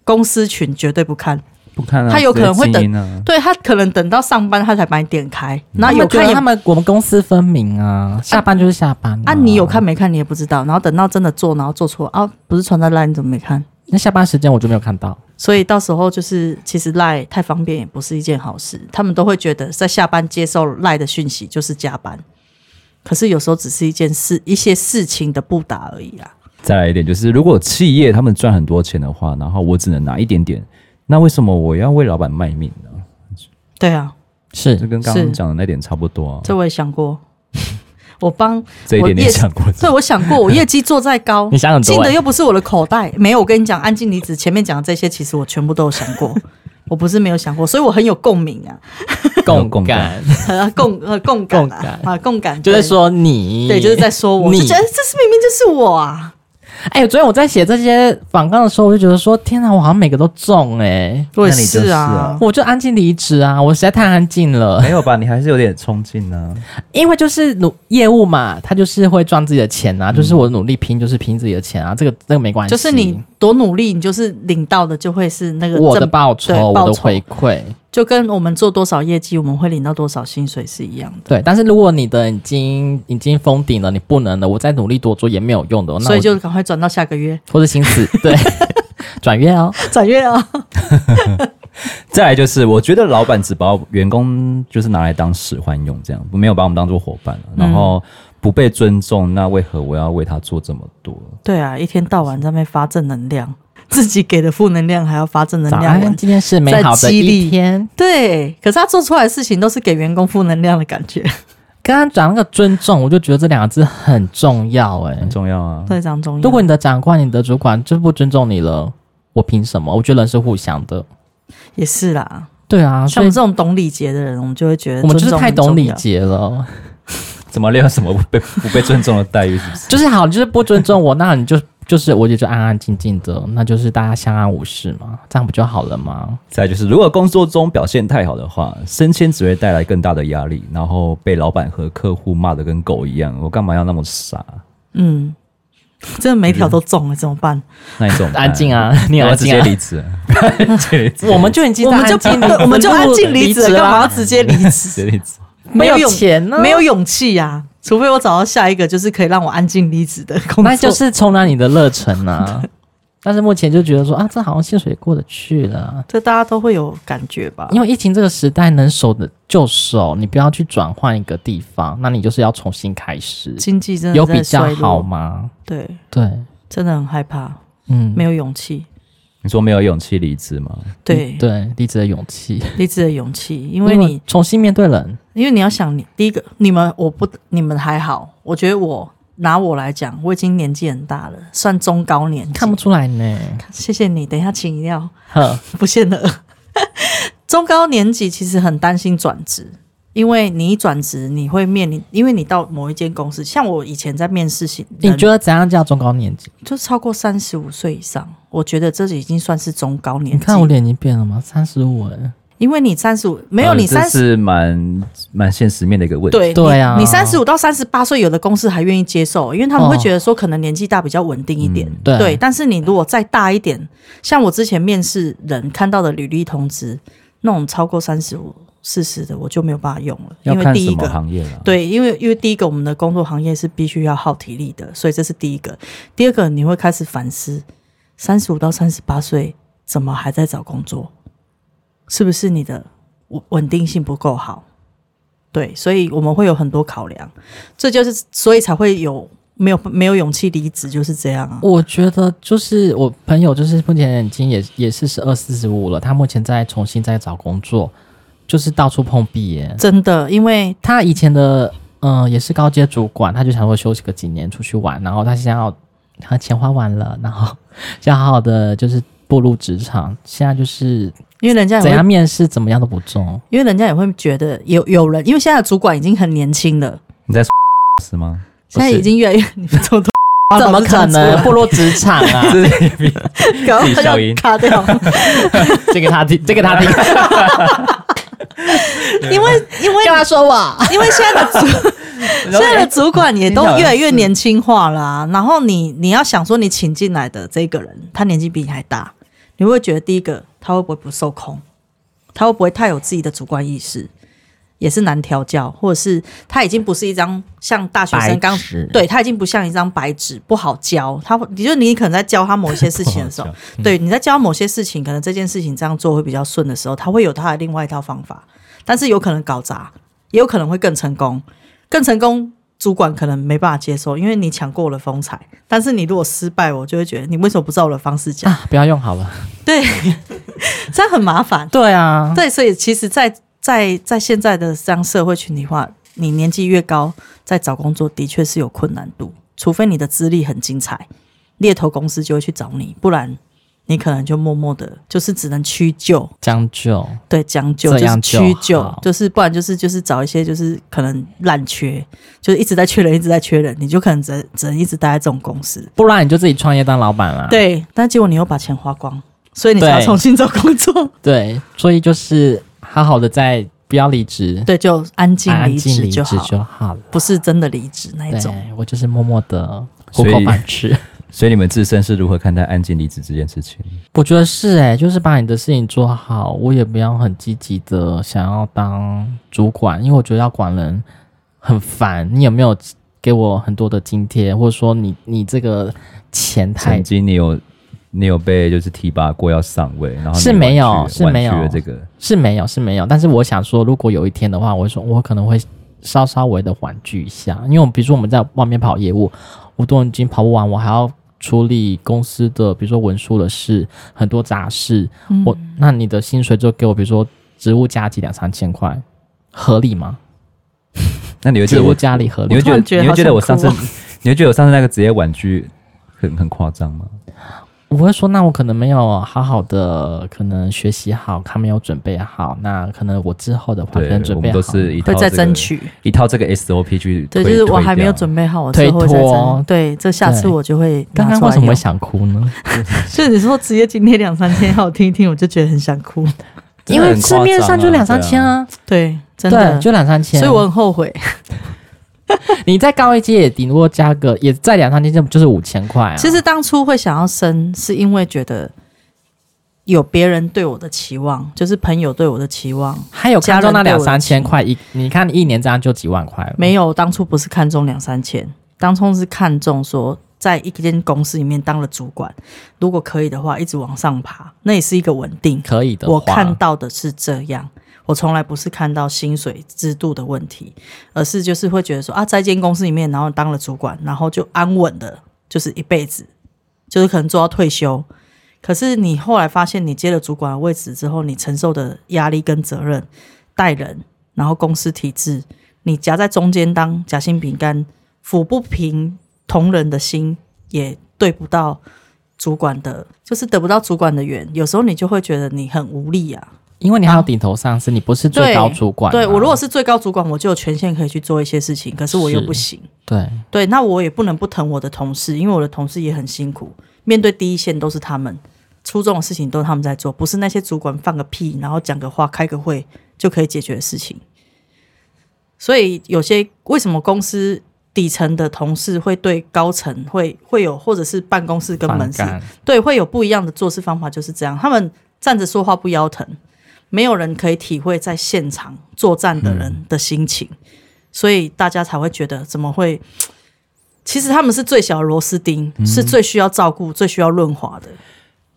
Speaker 3: 公司群绝对不看。
Speaker 1: 不看啊，
Speaker 3: 他有可能会等
Speaker 1: 直接静音啊
Speaker 3: 对他可能等到上班他才把你点开，然
Speaker 2: 他
Speaker 3: 后有啊
Speaker 2: 们觉
Speaker 3: 看
Speaker 2: 得
Speaker 3: 也
Speaker 2: 他们我们公私分明啊，下班就是下班
Speaker 3: 啊，你有？看没看你也不知道，然后等到真的做，然后做错啊，不是传在 line 你怎么没看？
Speaker 2: 那下班时间我就没有看到。
Speaker 3: 所以到时候就是，其实赖太方便也不是一件好事，他们都会觉得在下班接受赖的讯息就是加班，可是有时候只是一件事、一些事情的不打而已啦。啊
Speaker 1: 再来一点，就是如果企业他们赚很多钱的话，然后我只能拿一点点，那为什么我要为老板卖命呢？
Speaker 3: 对啊，
Speaker 1: 这
Speaker 2: 是，
Speaker 1: 跟刚刚
Speaker 3: 是
Speaker 1: 讲的那点差不多、啊。
Speaker 3: 这我也想过， [laughs] 我帮
Speaker 1: 这一点你也
Speaker 3: 我业
Speaker 1: 想过？
Speaker 3: 对，我想过，我业绩做再高
Speaker 2: [laughs] 你，想很
Speaker 3: 进
Speaker 2: 多、
Speaker 3: 的
Speaker 2: 欸。
Speaker 3: 又不是我的口袋。没有，我跟你讲，安静离子前面讲的这些，其实我全部都有想过，我不是没有想过，所以我很有共鸣啊。
Speaker 1: 共
Speaker 2: 共
Speaker 1: 感
Speaker 2: 感，
Speaker 3: 呃 [laughs] 共呃共感啊
Speaker 2: 共感
Speaker 3: 啊共感，
Speaker 2: [laughs] 就
Speaker 3: 对
Speaker 2: 是说你，
Speaker 3: 对，就是在说我，就
Speaker 2: 你
Speaker 3: 觉得哎这是明明就是我啊，
Speaker 2: 哎、昨天我在写这些访纲的时候，我就觉得说，天哪，我好像每个都中哎、
Speaker 3: 我也
Speaker 1: 那你就是啊
Speaker 3: 啊，
Speaker 2: 我就安静离职啊，我实在太安静了
Speaker 1: [laughs]
Speaker 3: 嗯
Speaker 1: 没。有吧？你还是有点冲劲啊呢、
Speaker 2: 因为就是努业务嘛，他就是会赚自己的钱啊，就是我努力拼，就是拼自己的钱啊，这个这个没关系。
Speaker 3: 嗯就是你多努力，你就是领到的就会是那个
Speaker 2: 我的
Speaker 3: 正，
Speaker 2: 报酬，
Speaker 3: 对报酬
Speaker 2: 我的回馈，
Speaker 3: 就跟我们做多少业绩，我们会领到多少薪水是一样的。
Speaker 2: 对。但是如果你的已经已经封顶了，你不能了，我再努力多做也没有用的。那我
Speaker 3: 所以就赶快转到下个
Speaker 2: [laughs]
Speaker 3: 月，
Speaker 2: 或者
Speaker 3: [laughs]
Speaker 2: 心死，对，转业哦。
Speaker 3: 转月啊！
Speaker 1: 再来就是，我觉得老板只把员工就是拿来当使唤用，这样没有把我们当做伙伴、啊，然后不被尊重，那为何我要为他做这么多？
Speaker 3: 对啊，一天到晚在那边发正能量，自己给的负能量还要发正能
Speaker 2: 早
Speaker 3: 量
Speaker 2: 安，，今天是美好
Speaker 3: 在
Speaker 2: 的
Speaker 3: 激励
Speaker 2: 一天。
Speaker 3: 对。可是他做出来的事情都是给员工负能量的感觉，
Speaker 2: 嗯刚刚讲那个尊重，我就觉得这两个字很重要、欸。
Speaker 1: 很重要啊！
Speaker 3: 非常重要。
Speaker 2: 如果你的长官、你的主管就不尊重你了，我凭什么？我觉得人是互相的。
Speaker 3: 也是啦，
Speaker 2: 对啊，
Speaker 3: 像
Speaker 2: 所
Speaker 3: 我
Speaker 2: 以
Speaker 3: 们这种懂礼节的人，我们就会觉得
Speaker 2: 我们就是
Speaker 3: 尊重
Speaker 2: 太
Speaker 3: 很重
Speaker 2: 懂礼
Speaker 3: 要
Speaker 2: 节了。
Speaker 1: 怎么没有什么不被不被尊重的待遇？是不是？
Speaker 2: 就是好，就是不尊重
Speaker 3: [laughs]
Speaker 2: 我，那你就就是我也就安安静静的，那就是大家相安无事嘛，这样不就好了吗？
Speaker 1: 再来就是，如果工作中表现太好的话，升迁只会带来更大的压力，然后被老板和客户骂得跟狗一样。我干嘛要那么傻？
Speaker 3: 嗯，真的每条都中了，怎么办？
Speaker 1: 那你怎么办
Speaker 2: 安静啊，你
Speaker 1: 我
Speaker 2: 安
Speaker 1: 呃要直
Speaker 2: 静
Speaker 1: 接
Speaker 2: 啊，
Speaker 1: 离职，直接离职，
Speaker 2: 我们就已经
Speaker 3: 我们就
Speaker 2: 在安
Speaker 3: 不
Speaker 2: 静
Speaker 3: [laughs] 对，我们就安静离职了，干嘛要
Speaker 2: 啦？
Speaker 3: 直接离
Speaker 1: 直
Speaker 3: 职？
Speaker 1: 接 [laughs] 离职。
Speaker 2: 没
Speaker 3: 没
Speaker 2: 有
Speaker 3: 有
Speaker 2: 钱呢，
Speaker 3: [laughs] 没有勇气呀、除非我找到下一个就是可以让我安静离职的工作。
Speaker 2: 那就是充当你的热忱啊。但是目前就觉得说啊，这好像薪水过得去了，
Speaker 3: [laughs] 这大家都会有感觉吧？
Speaker 2: 因为疫情这个时代，能守的就守，你不要去转换一个地方，那你就是要重新开始，
Speaker 3: 经济真的
Speaker 2: 有
Speaker 3: 在
Speaker 2: 比较
Speaker 3: 衰落
Speaker 2: 好？吗？
Speaker 3: 对，
Speaker 2: 对，
Speaker 3: 真的很害怕，
Speaker 2: 嗯，
Speaker 3: 没有勇气。
Speaker 1: 你说没有勇气离职吗？
Speaker 3: 对，
Speaker 2: 对，离职的勇气，
Speaker 3: 离职的勇气，嗯因为你，
Speaker 2: 重新面对人，
Speaker 3: 因为你要想你，第一个，你们我不，你们还好，我觉得我拿我来讲，我已经年纪很大了，算中高年纪。
Speaker 2: 看不出来呢。
Speaker 3: 谢谢你，等一下请饮料。
Speaker 2: 呵，
Speaker 3: 不限额。 [laughs] 中高年级其实很担心转职，因为你一转职，你会面临，因为你到某一间公司，像我以前在面试型，
Speaker 2: 你觉得怎样叫中高年级？
Speaker 3: 就超过三十五岁以上，我觉得这已经算是中高年
Speaker 2: 你
Speaker 3: 级。
Speaker 2: 看我脸已经变了吗？三十五哎，
Speaker 3: 因为你三十五，没有
Speaker 1: 呃
Speaker 3: 你
Speaker 1: 这
Speaker 3: 三十、
Speaker 1: 是蛮蛮现实面的一个问题。
Speaker 3: 对
Speaker 2: 对啊
Speaker 3: 你你三十五到三十八岁，有的公司还愿意接受，因为他们
Speaker 2: 哦
Speaker 3: 会觉得说可能年纪大比较稳定一点。
Speaker 1: 嗯
Speaker 2: 对
Speaker 3: 但是你如果再大一点，像我之前面试人看到的履历通知，那种超过三十五。适时的我就没有办法用了，
Speaker 1: 要
Speaker 3: 因为
Speaker 1: 看
Speaker 3: 第
Speaker 1: 什
Speaker 3: 一
Speaker 1: 么
Speaker 3: 个。
Speaker 1: 行业了。，
Speaker 3: 对，因为因为第一个，我们的工作行业是必须要耗体力的，所以这是第一个。第二个，你会开始反思，三十五到三十八岁怎么还在找工作？是不是你的稳稳定性不够好？对，所以我们会有很多考量，这就是所以才会有没有没有勇气离职，就是这样啊。
Speaker 2: 我觉得就是我朋友，就是目前已经也也是十二四十五了，他目前在重新在找工作，就是到处碰壁耶。
Speaker 3: 真的，因为
Speaker 2: 他以前的嗯、呃也是高阶主管，他就想说休息个几年出去玩，然后他现在要他钱花完了，然后想好好的就是步入职场，现在就是
Speaker 3: 因为人家也
Speaker 2: 怎
Speaker 3: 会
Speaker 2: 样面试怎么样都不中。
Speaker 3: 因为人家也会觉得有有人，因为现在的主管已经很年轻了，
Speaker 1: 你在是吗？ [laughs]
Speaker 3: 现在已经越来越你们从头
Speaker 2: 怎么可 [laughs] 能步
Speaker 3: 不
Speaker 2: 入职场啊？
Speaker 3: 搞
Speaker 1: 自己消音
Speaker 3: 卡掉？
Speaker 2: 这个他听，这个他 [laughs]
Speaker 3: [laughs]
Speaker 2: 听，
Speaker 3: 因
Speaker 2: [laughs]
Speaker 3: 为因为
Speaker 2: 跟他说我。
Speaker 3: [laughs]
Speaker 2: 哎
Speaker 3: 因为现在的
Speaker 2: [laughs]
Speaker 3: 主现在的主管也都越来越年轻化啦、然后你你要想说你请进来的这个人，他年纪比你还大，你会觉得第一个他会不会不受控，他会不会太有自己的主观意识，也是难调教，或者是他已经不是一张像大学生刚
Speaker 2: 白纸
Speaker 3: 对他已经不像一张白纸，不好教他，你就你可能在教他某一些事情的时候，
Speaker 2: 嗯
Speaker 3: 对你在教某些事情，可能这件事情这样做会比较顺的时候，他会有他的另外一套方法，但是有可能搞砸，也有可能会更成功。更成功，主管可能没办法接受，因为你抢过我的风采。但是你如果失败，我就会觉得你为什么不照我的方式讲？
Speaker 2: 啊，不要用好了。
Speaker 3: 对， [laughs] 这样很麻烦。
Speaker 2: 对啊，
Speaker 3: 对，所以其实在，在在现在的这样社会群体化，你年纪越高，在找工作的确是有困难度，除非你的资历很精彩，猎头公司就会去找你，不然你可能就默默的，就是只能屈就。
Speaker 2: 将就。
Speaker 3: 对，将就
Speaker 2: 这
Speaker 3: 就是
Speaker 2: 样就
Speaker 3: 屈就
Speaker 2: 好，
Speaker 3: 就是不然就是就是找一些就是可能烂缺，就是一直在缺人，一直在缺人，你就可能只能只能一直待在这种公司。
Speaker 2: 不然你就自己创业当老板啊啦。
Speaker 3: 对，但结果你又把钱花光，所以你才要
Speaker 2: 对
Speaker 3: 重新找工作。
Speaker 2: 对，所以就是好好的在，不要离职，
Speaker 3: [laughs] 对，就安静
Speaker 2: 安
Speaker 3: 离
Speaker 2: 静
Speaker 3: 职
Speaker 2: 离
Speaker 3: 就
Speaker 2: 职
Speaker 3: 好，
Speaker 2: 就好了。
Speaker 3: 不是真的离职那一
Speaker 2: 对
Speaker 3: 种。
Speaker 2: 我就是默默的糊口
Speaker 1: 所以
Speaker 2: 饭吃。
Speaker 1: 所以你们自身是如何看待安静离职这件事情？
Speaker 2: 我觉得是哎、就是把你的事情做好，我也不要很积极的想要当主管，因为我觉得要管人很烦。你有没有给我很多的津贴，或者说你你这个钱太
Speaker 1: 曾经你有你有被就是提拔过要上位，然后你
Speaker 2: 是没有
Speaker 1: 婉拒
Speaker 2: 是没有
Speaker 1: 婉拒了这个
Speaker 2: 是没有是没有，但是我想说，如果有一天的话，我会说，我可能会稍稍微的婉拒一下，因为我们比如说我们在外面跑业务，我都已经跑不完，我还要处理公司的比如说文书的事，很多杂事，我那你的薪水就给我，比如说职务加级两三千块，合理吗？
Speaker 1: 那你会觉
Speaker 2: 职
Speaker 1: 得
Speaker 2: 务
Speaker 1: 我
Speaker 2: 加里合
Speaker 1: 你
Speaker 2: 理
Speaker 1: 会觉
Speaker 3: 我突然
Speaker 2: 吗？
Speaker 1: 得
Speaker 3: 觉得
Speaker 1: 你会觉得
Speaker 3: 好
Speaker 1: 我上
Speaker 3: 想
Speaker 1: 次
Speaker 3: 哭
Speaker 1: 你会觉得我上次那个职业婉拒很很夸张吗？
Speaker 2: 我会说，那我可能没有好好的可能学习好，他没有准备好，那可能我之后的话可
Speaker 1: 对
Speaker 2: 能，准
Speaker 1: 我
Speaker 2: 备
Speaker 1: 们
Speaker 2: 好
Speaker 1: 都。是一套
Speaker 3: 会再
Speaker 1: 这个
Speaker 3: 争取，
Speaker 1: 一套这个 SOP 去
Speaker 3: 对，就
Speaker 1: 推
Speaker 3: 是我
Speaker 1: 推
Speaker 3: 还没
Speaker 1: 掉
Speaker 3: 有准备好，我
Speaker 2: 推
Speaker 3: 之后会再
Speaker 2: 脱
Speaker 3: 争。对，这下次
Speaker 2: 对
Speaker 3: 我就会拿
Speaker 2: 刚刚
Speaker 3: 出
Speaker 2: 为
Speaker 3: 来
Speaker 2: 什么会
Speaker 3: 用
Speaker 2: 想哭呢？
Speaker 3: [laughs] 就是你说职业津贴两三千，让我听一听，我就觉得很想哭。
Speaker 1: 真
Speaker 2: 因
Speaker 1: 的
Speaker 2: 为
Speaker 1: 很
Speaker 2: 市
Speaker 1: 夸
Speaker 2: 面
Speaker 1: 张
Speaker 2: 上就
Speaker 1: 啊
Speaker 2: 两三
Speaker 1: 对啊
Speaker 2: 千啊，
Speaker 3: 对，真
Speaker 2: 对，
Speaker 3: 的，
Speaker 2: 就两三千。
Speaker 3: 所以我很后悔。
Speaker 2: 你再高一阶也顶多加个也再两三千，这不就是五千块啊？
Speaker 3: 其实当初会想要生，是因为觉得有别人对我的期望，就是朋友对我的期望。
Speaker 2: 还有看中
Speaker 3: 家人
Speaker 2: 那
Speaker 3: 对
Speaker 2: 两
Speaker 3: 我的
Speaker 2: 三千块一，你看一年这样就几万块了。
Speaker 3: 没有，当初不是看中两三千，当初是看中说，在一间公司里面当了主管，如果可以的话，一直往上爬，那也是一个稳定。
Speaker 2: 可以的话，
Speaker 3: 我看到的是这样，我从来不是看到薪水制度的问题，而是就是会觉得说啊，在一间公司里面，然后当了主管，然后就安稳的，就是一辈子，就是可能做到退休。可是你后来发现，你接了主管的位置之后，你承受的压力跟责任、带人，然后公司体制，你夹在中间当夹心饼干，抚不平同仁的心，也对不到主管的，就是得不到主管的缘。有时候你就会觉得你很无力啊。
Speaker 2: 因为你还有顶头上司，你不是最
Speaker 3: 对
Speaker 2: 高主管啊。
Speaker 3: 对我如果是最高主管，我就有权限可以去做一些事情，可是我又
Speaker 2: 是
Speaker 3: 不行。
Speaker 2: 对
Speaker 3: 对，那我也不能不疼我的同事，因为我的同事也很辛苦，面对第一线都是他们，出这种事情都是他们在做，不是那些主管放个屁，然后讲个话、开个会就可以解决的事情。所以有些为什么公司底层的同事会对高层会会有，或者是办公室跟
Speaker 2: 反
Speaker 3: 门市
Speaker 2: 感啊
Speaker 3: 对，会有不一样的做事方法，就是这样。他们站着说话不腰疼，没有人可以体会在现场作战的
Speaker 1: 嗯
Speaker 3: 人的心情，所以大家才会觉得怎么会？其实他们是最小的螺丝钉，
Speaker 1: 嗯
Speaker 3: 是最需要照顾、最需要润滑的。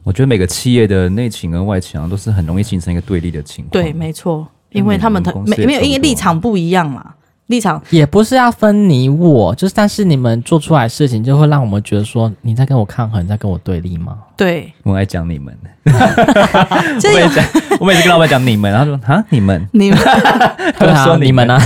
Speaker 1: 我觉得每个企业的内勤跟外勤啊，都是很容易形成一个对立的情况。
Speaker 3: 对，没错，因为他们的
Speaker 1: 公司
Speaker 3: 没
Speaker 1: 也
Speaker 3: 没有，
Speaker 1: 差不
Speaker 3: 因为
Speaker 1: 多
Speaker 3: 立场不一样嘛，立场
Speaker 2: 也不是要分你我，就是但是你们做出来的事情，就会让我们觉得说你在跟我抗衡，你在跟我对
Speaker 3: [laughs]
Speaker 2: 立吗？
Speaker 3: 对，
Speaker 1: 我爱讲你们，
Speaker 3: 这
Speaker 1: [laughs] 我
Speaker 3: 有
Speaker 1: 也讲，我每次跟老板讲你们，然后说啊你
Speaker 3: [laughs]
Speaker 1: 们，
Speaker 3: 你们
Speaker 1: 他就说
Speaker 2: 啊，你们呢、啊？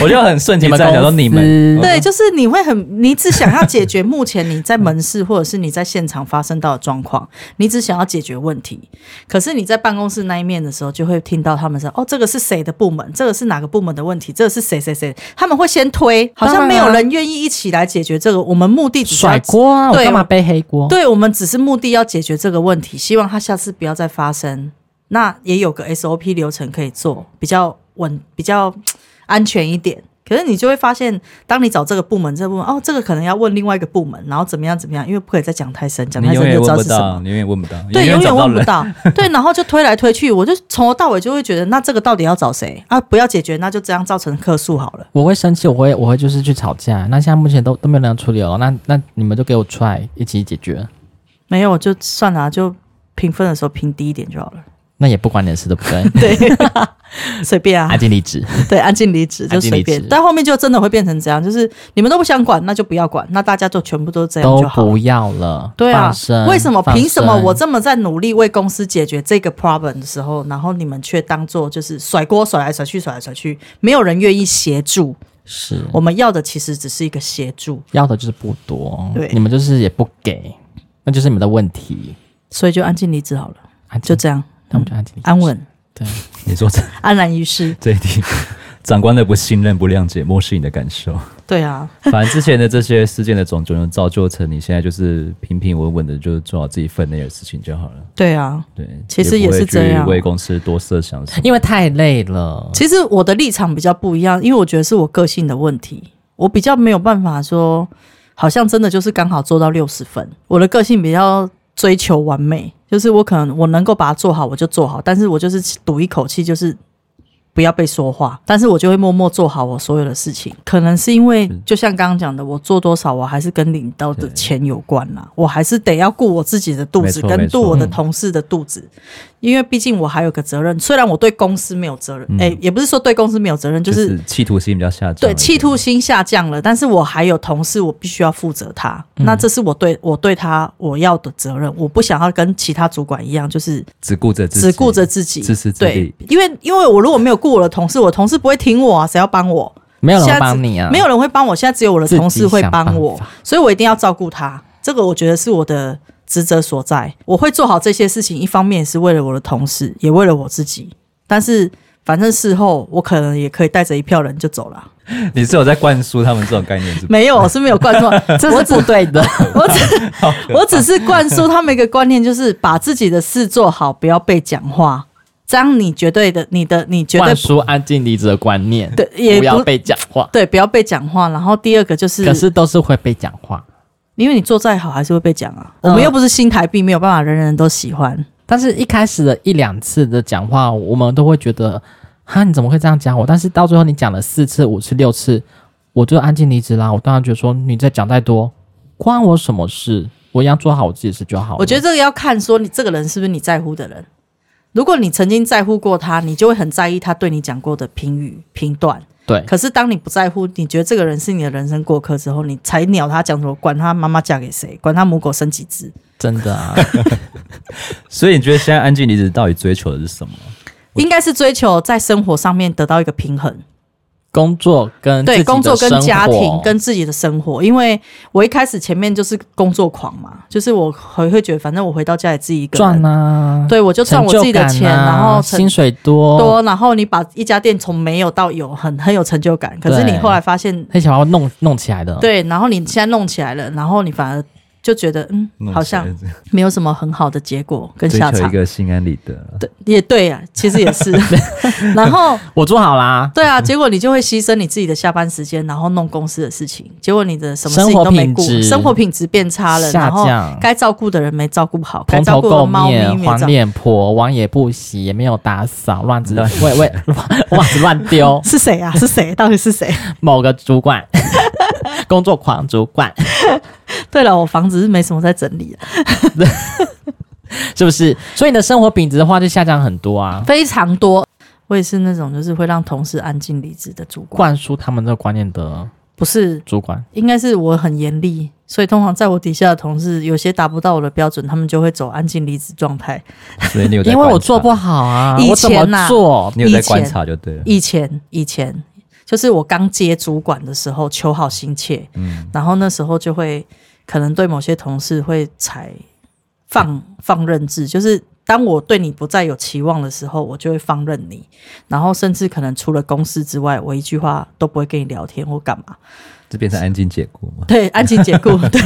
Speaker 1: 我就很顺其
Speaker 2: 你
Speaker 1: 自
Speaker 2: 们
Speaker 1: 然讲说
Speaker 2: 公司
Speaker 1: 你们，
Speaker 2: 嗯
Speaker 3: 对，就是你会很，你只想要解决目前你在门市或者是你在现场发生到的状况， [laughs] 你只想要解决问题。可是你在办公室那一面的时候，就会听到他们说：“哦，这个是谁的部门？这个是哪个部门的问题？这个是谁谁谁？”他们会先推，好
Speaker 2: 当
Speaker 3: 像
Speaker 2: 然啊
Speaker 3: 没有人愿意一起来解决这个。我们目的只是要
Speaker 2: 甩锅啊！我
Speaker 3: 对
Speaker 2: 干嘛背黑
Speaker 1: 哦
Speaker 2: 锅？
Speaker 3: 对，我们只是目的要解决这个问题，希望它下次不要再发生。那也有个 SOP 流程可以做，比较稳，比较安全一点。可是你就会发现，当你找这个部门，这个部门哦，这个可能要问另外一个部门，然后怎么样怎么样，因为不可以再讲太深，讲
Speaker 1: 你
Speaker 3: 太
Speaker 1: 永
Speaker 3: 深就
Speaker 1: 远
Speaker 3: 知道
Speaker 1: 问
Speaker 3: 是
Speaker 1: 不
Speaker 3: 什么。
Speaker 1: 到，你永远问不到，
Speaker 3: 对，
Speaker 1: 远找
Speaker 3: 永远
Speaker 1: 不到
Speaker 3: 问不
Speaker 1: 人。
Speaker 3: 到。
Speaker 1: [laughs]
Speaker 3: 对，然后就推来推去，我就从头到尾就会觉得，那这个到底要找谁啊？不要解决，那就这样造成客诉好了。
Speaker 2: 我会生气，我会我会就是去吵架。那现在目前都都没有人处理哦，那那你们就给我出来一起解决，
Speaker 3: 没有，就算了啊、就评分的时候评低一点就好了，
Speaker 2: 那也不关你的事，对不
Speaker 3: [laughs]
Speaker 2: 对？
Speaker 3: 对，
Speaker 1: [laughs]
Speaker 3: 随便啊
Speaker 2: 安。静离职，
Speaker 3: 对，安静离职
Speaker 2: 安
Speaker 3: 就
Speaker 2: 静
Speaker 3: 随
Speaker 2: 离
Speaker 3: 便
Speaker 2: 职，
Speaker 3: 但后面就真的会变成这样，就是你们都不想管，那就不要管， [laughs] 那大家就全部都这样
Speaker 2: 都
Speaker 3: 就好了
Speaker 2: 不。要了。
Speaker 3: 对啊
Speaker 2: 放生，
Speaker 3: 为什么？
Speaker 2: 放
Speaker 3: 凭什么
Speaker 2: 生
Speaker 3: 我这么在努力为公司解决这个 problem 的时候，然后你们却当做就是甩锅甩来甩去甩来甩去，没有人愿意协助？
Speaker 2: 嗯是
Speaker 3: 我们要的其实只是一个协助，
Speaker 2: 要的就是不多，
Speaker 3: 对
Speaker 2: 你们就是也不给，那就是你们的问题。
Speaker 3: 所以就安静离职好了，
Speaker 2: 安
Speaker 3: 就
Speaker 2: 静，
Speaker 3: 这样
Speaker 2: 那我们就安静离职
Speaker 3: 安，稳
Speaker 1: 你说这
Speaker 3: 安然于世。
Speaker 1: 这一题， [laughs] 长官的不信任、不谅解、漠视你的感受。 [laughs]
Speaker 3: 对啊，
Speaker 1: 反正之前的这些事件的种种，就造就成你现在就是平平稳稳的，就是做好自己分内的事情就好了。
Speaker 3: 对啊。
Speaker 1: 对，
Speaker 3: 其实也是这样
Speaker 1: 也不会去为公司多设想什么。
Speaker 2: 因为太累了。
Speaker 3: 其实我的立场比较不一样，因为我觉得是我个性的问题，我比较没有办法说，好像真的就是刚好做到六十分。我的个性比较追求完美，就是我可能我能够把它做好，我就做好，但是我就是赌一口气，就是。不要被说话，但是我就会默默做好我所有的事情。可能是因为，
Speaker 1: 嗯
Speaker 3: 就像刚刚讲的，我做多少，我还是跟领到的钱有关啦。我还是得要顾我自己的肚子，
Speaker 1: 没错嗯
Speaker 3: 跟
Speaker 1: 没错
Speaker 3: 顾我的同事的肚子。因为毕竟我还有个责任，虽然我对公司没有责任，哎、也不是说对公司没有责 [laughs] 任，
Speaker 1: 嗯就
Speaker 3: 就、
Speaker 1: 是是企图心比较下降。
Speaker 3: 对企图。心下降了，但是我还有同事，我必须要负责他。
Speaker 1: 嗯
Speaker 3: 那这是我对我对他我要的责任，我不想要跟其他主管一样，就是
Speaker 1: 只顾着自己，
Speaker 3: 只顾着自己，
Speaker 1: 自私自利
Speaker 3: 对，因为因为我如果没有顾我的同事，我同事不会听我啊，谁要帮我？
Speaker 2: 没有
Speaker 3: 现
Speaker 2: 人
Speaker 3: 在
Speaker 2: 帮你啊， [laughs]
Speaker 3: 没有人会帮我，现在只有我的同事会帮
Speaker 2: 自己想办
Speaker 3: 我
Speaker 2: 法，
Speaker 3: 所以我一定要照顾他。这个我觉得是我的职责所在，我会做好这些事情，一方面也是为了我的同事，也为了我自己。但是反正事后我可能也可以带着一票人就走了，
Speaker 1: [laughs] 你是有在灌输他们这种概念是不
Speaker 2: 嗯
Speaker 1: 是？
Speaker 3: 没有，我是没有灌输，
Speaker 2: 这是不对的。
Speaker 3: 我只 [laughs] 我只是灌输他们一个观念，就是把自己的事做好，不要被讲话。这样你绝对的，你的你绝对
Speaker 2: 灌输安静离职的观念，
Speaker 3: 对也
Speaker 2: 不要
Speaker 3: 不
Speaker 2: 被讲话。
Speaker 3: 对，不要被讲话。然后第二个就是，
Speaker 2: 可是都是会被讲话，
Speaker 3: 因为你做再好还是会被讲啊。
Speaker 2: 嗯
Speaker 3: 我们又不是新台币，没有办法人人都喜欢。
Speaker 2: 但是一开始的一两次的讲话，我们都会觉得，哈，你怎么会这样讲我？但是到最后你讲了四次、五次、六次，我就安静离职啦。我当然觉得说，你再讲再多，关我什么事？我一样做好我自己的事就好了。
Speaker 3: 我觉得这个要看说你这个人是不是你在乎的人。如果你曾经在乎过他，你就会很在意他对你讲过的评语、评断。
Speaker 2: 对，
Speaker 3: 可是当你不在乎，你觉得这个人是你的人生过客之后，你才鸟他讲什么，管他妈妈嫁给谁，管他母狗生几只。
Speaker 2: 真的啊，
Speaker 1: [laughs] 所以你觉得现在安静离职到底追求的是什么？
Speaker 3: 应该是追求在生活上面得到一个平衡，
Speaker 2: 工作跟自
Speaker 3: 对
Speaker 2: 己的
Speaker 3: 工作跟
Speaker 2: 生活
Speaker 3: 家庭跟自己的生活。因为我一开始前面就是工作狂嘛，就是我会会觉得，反正我回到家里自己一个
Speaker 2: 赚
Speaker 3: 人，
Speaker 2: 啊，
Speaker 3: 对我就赚我自己的
Speaker 2: 成就
Speaker 3: 钱，
Speaker 2: 感啊哦
Speaker 3: 然后成
Speaker 2: 薪水多，
Speaker 3: 多，然后你把一家店从没有到有，很很有成就感。可是你
Speaker 2: 对
Speaker 3: 后来发现，
Speaker 2: 很想要弄弄起来的。
Speaker 3: 对，然后你现在弄起来了，然后你反而。就觉得嗯，
Speaker 1: 弄
Speaker 3: 好
Speaker 1: 起来
Speaker 3: 像
Speaker 1: 这样
Speaker 3: 没有什么很好的结果跟
Speaker 1: 追
Speaker 3: 下
Speaker 1: 求一
Speaker 3: 场。
Speaker 1: 个心安理得。
Speaker 3: 对，也对啊，其实也
Speaker 2: [laughs]
Speaker 3: 是。 [laughs] 然后
Speaker 2: 我做好啦，
Speaker 3: 对啊，结果你就会牺牲你自己的下班时间，然后弄公司的事情，结果你的什么事
Speaker 2: 生
Speaker 3: 情
Speaker 2: 活
Speaker 3: 都没
Speaker 2: 品
Speaker 3: 顾，
Speaker 2: 质
Speaker 3: 生活品质变差了，
Speaker 2: 下
Speaker 3: 然后
Speaker 2: 降
Speaker 3: 该照顾的人没照顾好，该
Speaker 2: 蓬
Speaker 3: 照
Speaker 2: 头
Speaker 3: 顾的
Speaker 2: 垢
Speaker 3: 猫咪
Speaker 2: 面、
Speaker 3: 没
Speaker 2: 黄
Speaker 3: 照顾。，
Speaker 2: 脸婆、碗也不洗，也没有打扫，乱子喂喂 [laughs] 袜子乱
Speaker 3: [laughs]
Speaker 2: 丢
Speaker 3: 是谁啊？是谁？到底是谁？
Speaker 2: 某个主管， [laughs] 工作狂主管，
Speaker 3: 对了，我房子是没什么在整理、啊，
Speaker 2: 是不是？所以你的生活品质的话就下降很多啊。
Speaker 3: 非常多。我也是那种就是会让同事安静离职的主管，
Speaker 2: 灌输他们这个观念的
Speaker 3: 不是，
Speaker 2: 主管，
Speaker 3: 应该是我很严厉，所以通常在我底下的同事有些达不到我的标准，他们就会走安静离职状态。
Speaker 1: 所以你有在
Speaker 2: 因为我
Speaker 1: 观察
Speaker 2: 做不，好啊，
Speaker 3: 以
Speaker 2: 我怎
Speaker 3: 前
Speaker 2: 么
Speaker 3: 呐
Speaker 2: 做？
Speaker 1: 你有在
Speaker 3: 以前
Speaker 1: 观察就对了。
Speaker 3: 以前以前就是我刚接主管的时候，求好心切，
Speaker 1: 嗯
Speaker 3: 然后那时候就会可能对某些同事会采放放任制，就是当我对你不再有期望的时候，我就会放任你，然后甚至可能除了公司之外，我一句话都不会跟你聊天或干嘛。
Speaker 1: 这变成安静解雇嘛？
Speaker 3: 对，安静解雇，
Speaker 1: [laughs]
Speaker 3: 对，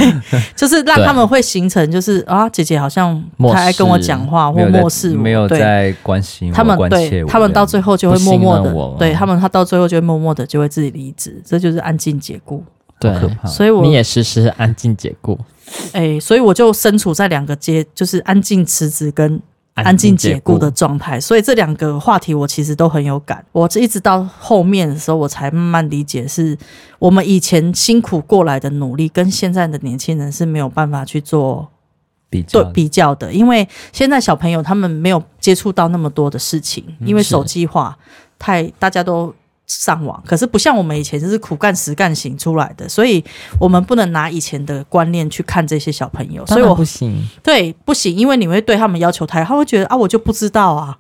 Speaker 3: 就是让他们会形成就是啊，姐姐好像不太爱跟我讲话或
Speaker 1: 没有在
Speaker 3: 漠视我，
Speaker 1: 没有
Speaker 3: 对
Speaker 1: 在关心我
Speaker 3: 他们
Speaker 1: 关切
Speaker 3: 对
Speaker 1: 我
Speaker 3: 他们
Speaker 1: 这
Speaker 3: 到
Speaker 1: 样
Speaker 3: 最后就会
Speaker 2: 不
Speaker 3: 默
Speaker 2: 信
Speaker 3: 默
Speaker 2: 任
Speaker 3: 的
Speaker 2: 我，啊
Speaker 3: 对他们他到最后就会默默的就会自己离职，这就是安静解雇。
Speaker 2: 对
Speaker 1: 好，可怕。
Speaker 3: 所以我
Speaker 2: 啊你也时时安静解雇，
Speaker 3: 哎、所以我就身处在两个阶，就是安静辞职跟安
Speaker 2: 安
Speaker 3: 静
Speaker 2: 静
Speaker 3: 解
Speaker 2: 解
Speaker 3: 雇
Speaker 2: 雇
Speaker 3: 的状态。所以这两个话题我其实都很有感。我一直到后面的时候，我才慢慢理解是，我们以前辛苦过来的努力，跟现在的年轻人是没有办法去做
Speaker 1: 比
Speaker 3: 对
Speaker 1: 较
Speaker 3: 比较的，因为现在小朋友他们没有接触到那么多的事情，因为嗯
Speaker 2: 是
Speaker 3: 手机化太大家都上网，可是不像我们以前就是苦干实干型出来的，所以我们不能拿以前的观念去看这些小朋友，所以
Speaker 2: 当然
Speaker 3: 我
Speaker 2: 不行，
Speaker 3: 对不行，因为你会对他们要求太，他会觉得啊我就不知道啊，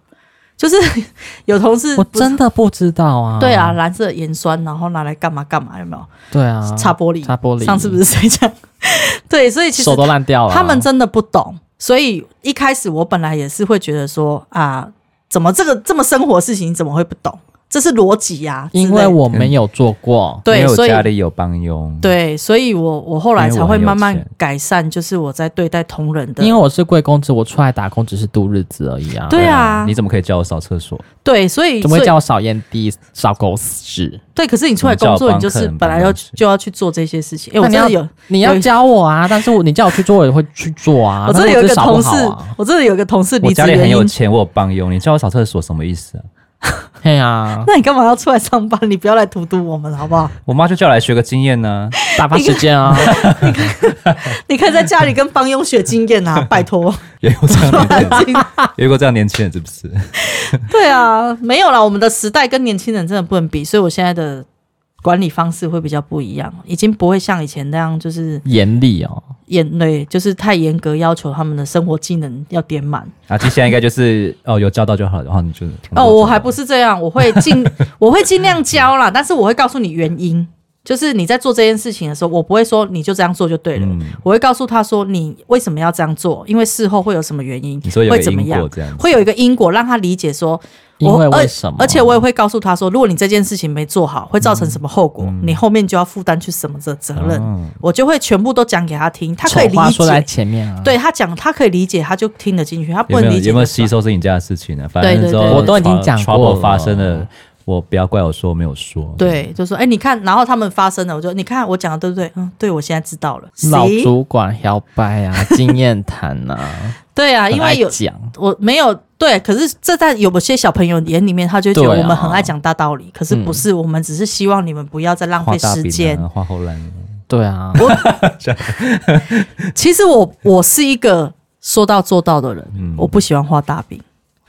Speaker 3: 就是 [laughs] 有同事
Speaker 2: 我
Speaker 3: 不是
Speaker 2: 真的不知道啊。
Speaker 3: 对啊，，蓝色盐酸，然后拿来干嘛干嘛，有没有
Speaker 2: 对啊，
Speaker 3: 擦玻璃？
Speaker 2: 擦玻璃，
Speaker 3: 上次不是谁讲？ [laughs] 对，所以其实
Speaker 2: 手都烂
Speaker 1: 哦
Speaker 2: 掉了啊。
Speaker 3: 他们真的不懂，所以一开始我本来也是会觉得说啊，怎么这个这么生活的事情你怎么会不懂？这是逻辑呀、之类
Speaker 2: 因
Speaker 3: 的
Speaker 2: 为我没有做过，
Speaker 1: 没
Speaker 3: 对，
Speaker 1: 有
Speaker 3: 所以
Speaker 1: 家里有帮佣，，
Speaker 3: 对，所以我我后来
Speaker 1: 因为
Speaker 3: 才
Speaker 1: 我
Speaker 3: 会
Speaker 1: 很有
Speaker 3: 慢慢
Speaker 1: 钱
Speaker 3: 改善，就是我在对待同仁的，
Speaker 2: 因为我是贵公子，我出来打工只是度日子而已啊。
Speaker 3: 对啊
Speaker 1: 你，怎么可以叫我扫厕所？
Speaker 3: 对，所以
Speaker 2: 怎么
Speaker 3: 所
Speaker 2: 会
Speaker 3: 以
Speaker 2: 叫我扫烟蒂、扫狗屎？
Speaker 3: 对，可是你出来
Speaker 1: 怎么叫
Speaker 3: 工作，你
Speaker 1: 帮
Speaker 3: 就是
Speaker 1: 客人
Speaker 3: 本来
Speaker 1: 帮
Speaker 3: 要
Speaker 1: 忙吃
Speaker 3: 就要去做这些事情。哎、我
Speaker 2: 那你
Speaker 3: 真的
Speaker 2: 要
Speaker 3: 有
Speaker 2: 你要
Speaker 3: 有
Speaker 2: 教我啊，但是我你叫我去做，我也会去做啊。
Speaker 3: 我真的有一个
Speaker 2: 但是我
Speaker 3: 同
Speaker 2: 就
Speaker 3: 事
Speaker 2: 扫不好啊，
Speaker 3: 我真的有一个同事
Speaker 1: 我
Speaker 3: 离职
Speaker 1: 家里很
Speaker 3: 原
Speaker 1: 有
Speaker 3: 因，
Speaker 1: 钱，我有帮佣，你叫我扫厕所什么意思啊？
Speaker 3: [laughs]
Speaker 2: 对啊，
Speaker 3: 那你干嘛要出来上班？你不要来荼毒我们好不好？
Speaker 1: 我妈就叫我来学个经验呢、 [laughs]
Speaker 2: 打发时间啊。
Speaker 3: 你可以在家里跟帮佣学经
Speaker 1: [laughs]
Speaker 3: 验啊，拜托。
Speaker 1: 也有这样年轻
Speaker 3: [laughs]
Speaker 1: 人，也有过这样年轻人是不是？
Speaker 3: 对啊，没有啦，我们的时代跟年轻人真的不能比，所以我现在的管理方式会比较不一样，已经不会像以前那样就是
Speaker 2: 严厉
Speaker 3: [laughs]
Speaker 2: 哦，
Speaker 3: 严对，就是太严格要求他们的生活技能要点满。
Speaker 1: 阿啊基现在应该就是哦，有教到就好，然后你就
Speaker 3: 哦，我还不是这样，我会尽我会尽量教啦，但是我会告诉你原因。就是你在做这件事情的时候，我不会说你就这样做就对了，
Speaker 1: 嗯
Speaker 3: 我会告诉他说你为什么要这样做，因为事后会有什么原因
Speaker 1: 你说，有个
Speaker 3: 会怎么
Speaker 1: 因果
Speaker 3: 样
Speaker 1: 这样，子
Speaker 3: 会有一个因果让他理解说
Speaker 2: 因为
Speaker 3: 我而
Speaker 2: 为什么？
Speaker 3: 而且我也会告诉他说，如果你这件事情没做好，会造成什么后果，你后面就要负担去什么的责任。
Speaker 1: 嗯
Speaker 3: 我就会全部都讲给他听，他
Speaker 2: 丑
Speaker 3: 可以理
Speaker 2: 话说在
Speaker 3: 解。
Speaker 2: 前面啊。
Speaker 3: 对他讲，他可以理解，他就听得进去；他不
Speaker 1: 有没
Speaker 3: 能
Speaker 1: 有
Speaker 3: 理解
Speaker 1: 有没有
Speaker 3: 就算
Speaker 1: 吸
Speaker 3: 了
Speaker 1: 收是你家的事情呢、反正
Speaker 3: 啊对对
Speaker 1: 之后
Speaker 3: 对我
Speaker 2: 都已经讲过
Speaker 1: trouble
Speaker 2: 了
Speaker 1: 发生了，我不要怪我说我没有说。，
Speaker 3: 对，就说哎、你看，然后他们发生了，我就你看我讲的对不对？嗯，对，我现在知道了。
Speaker 2: 老
Speaker 3: 谁
Speaker 2: 主管摇
Speaker 3: [laughs]
Speaker 2: 摆啊，经验谈呐，
Speaker 3: 对啊，因
Speaker 2: 很爱
Speaker 3: 为有
Speaker 2: 讲
Speaker 3: 我没有对，可是这在有些小朋友眼里面，他就觉得
Speaker 2: 对啊
Speaker 3: 我们很爱讲大道理，可是不是，我们只是希望你们不要再浪
Speaker 1: 画
Speaker 3: 费
Speaker 1: 大
Speaker 3: 时
Speaker 1: 饼
Speaker 3: 间。
Speaker 1: 啊，画后栏啊，
Speaker 2: 对啊，
Speaker 3: 其实我我是一个说到做到的人，
Speaker 1: 嗯
Speaker 3: 我不喜欢画大饼，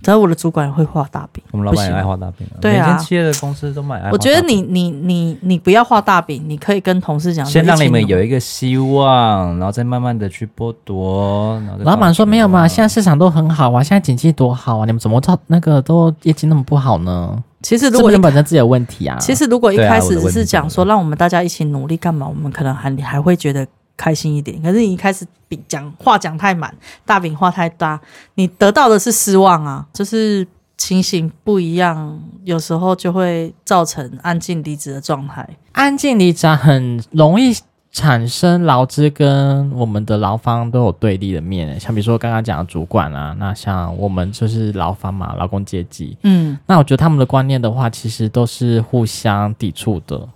Speaker 3: 但是我的主管会画大饼，
Speaker 1: 我们老
Speaker 3: 不
Speaker 1: 板
Speaker 3: 喜
Speaker 1: 也
Speaker 3: 欢
Speaker 1: 爱画大饼、啊。
Speaker 3: 对啊
Speaker 1: 每间企业的公司都蛮爱画大饼。
Speaker 3: 我觉得你你你你不要画大饼，你可以跟同事讲，
Speaker 1: 先让你们有
Speaker 3: 一起
Speaker 1: 一个希望，然后再慢慢的去剥夺。然后再
Speaker 2: [laughs] 老板
Speaker 1: 放手
Speaker 2: 说没有嘛，现在市场都很好啊，现在景气多好啊，你们怎么造那个都业绩那么不好呢？
Speaker 3: 努其实
Speaker 2: 是
Speaker 3: 如
Speaker 2: 不
Speaker 3: 果
Speaker 2: 是
Speaker 3: 一
Speaker 2: 你本身自己有问题啊？
Speaker 3: 其实如果一
Speaker 1: 对啊
Speaker 3: 开
Speaker 1: 我的
Speaker 3: 始
Speaker 1: 问题
Speaker 3: 是
Speaker 1: 是
Speaker 3: 讲
Speaker 1: 这
Speaker 3: 说让我们大家一起努力干嘛，我们可能还还会觉得开心一点。可是你一开始比讲话讲太满，大饼画太大，你得到的是失望啊，就是。情形不一样，有时候就会造成安静离职的状态。
Speaker 2: 安静离职啊很容易产生劳资跟我们的劳方都有对立的面，像比如说刚刚讲的主管啊，那像我们就是劳方嘛，劳工阶级，
Speaker 3: 嗯，
Speaker 2: 那我觉得他们的观念的话，其实都是互相抵触的。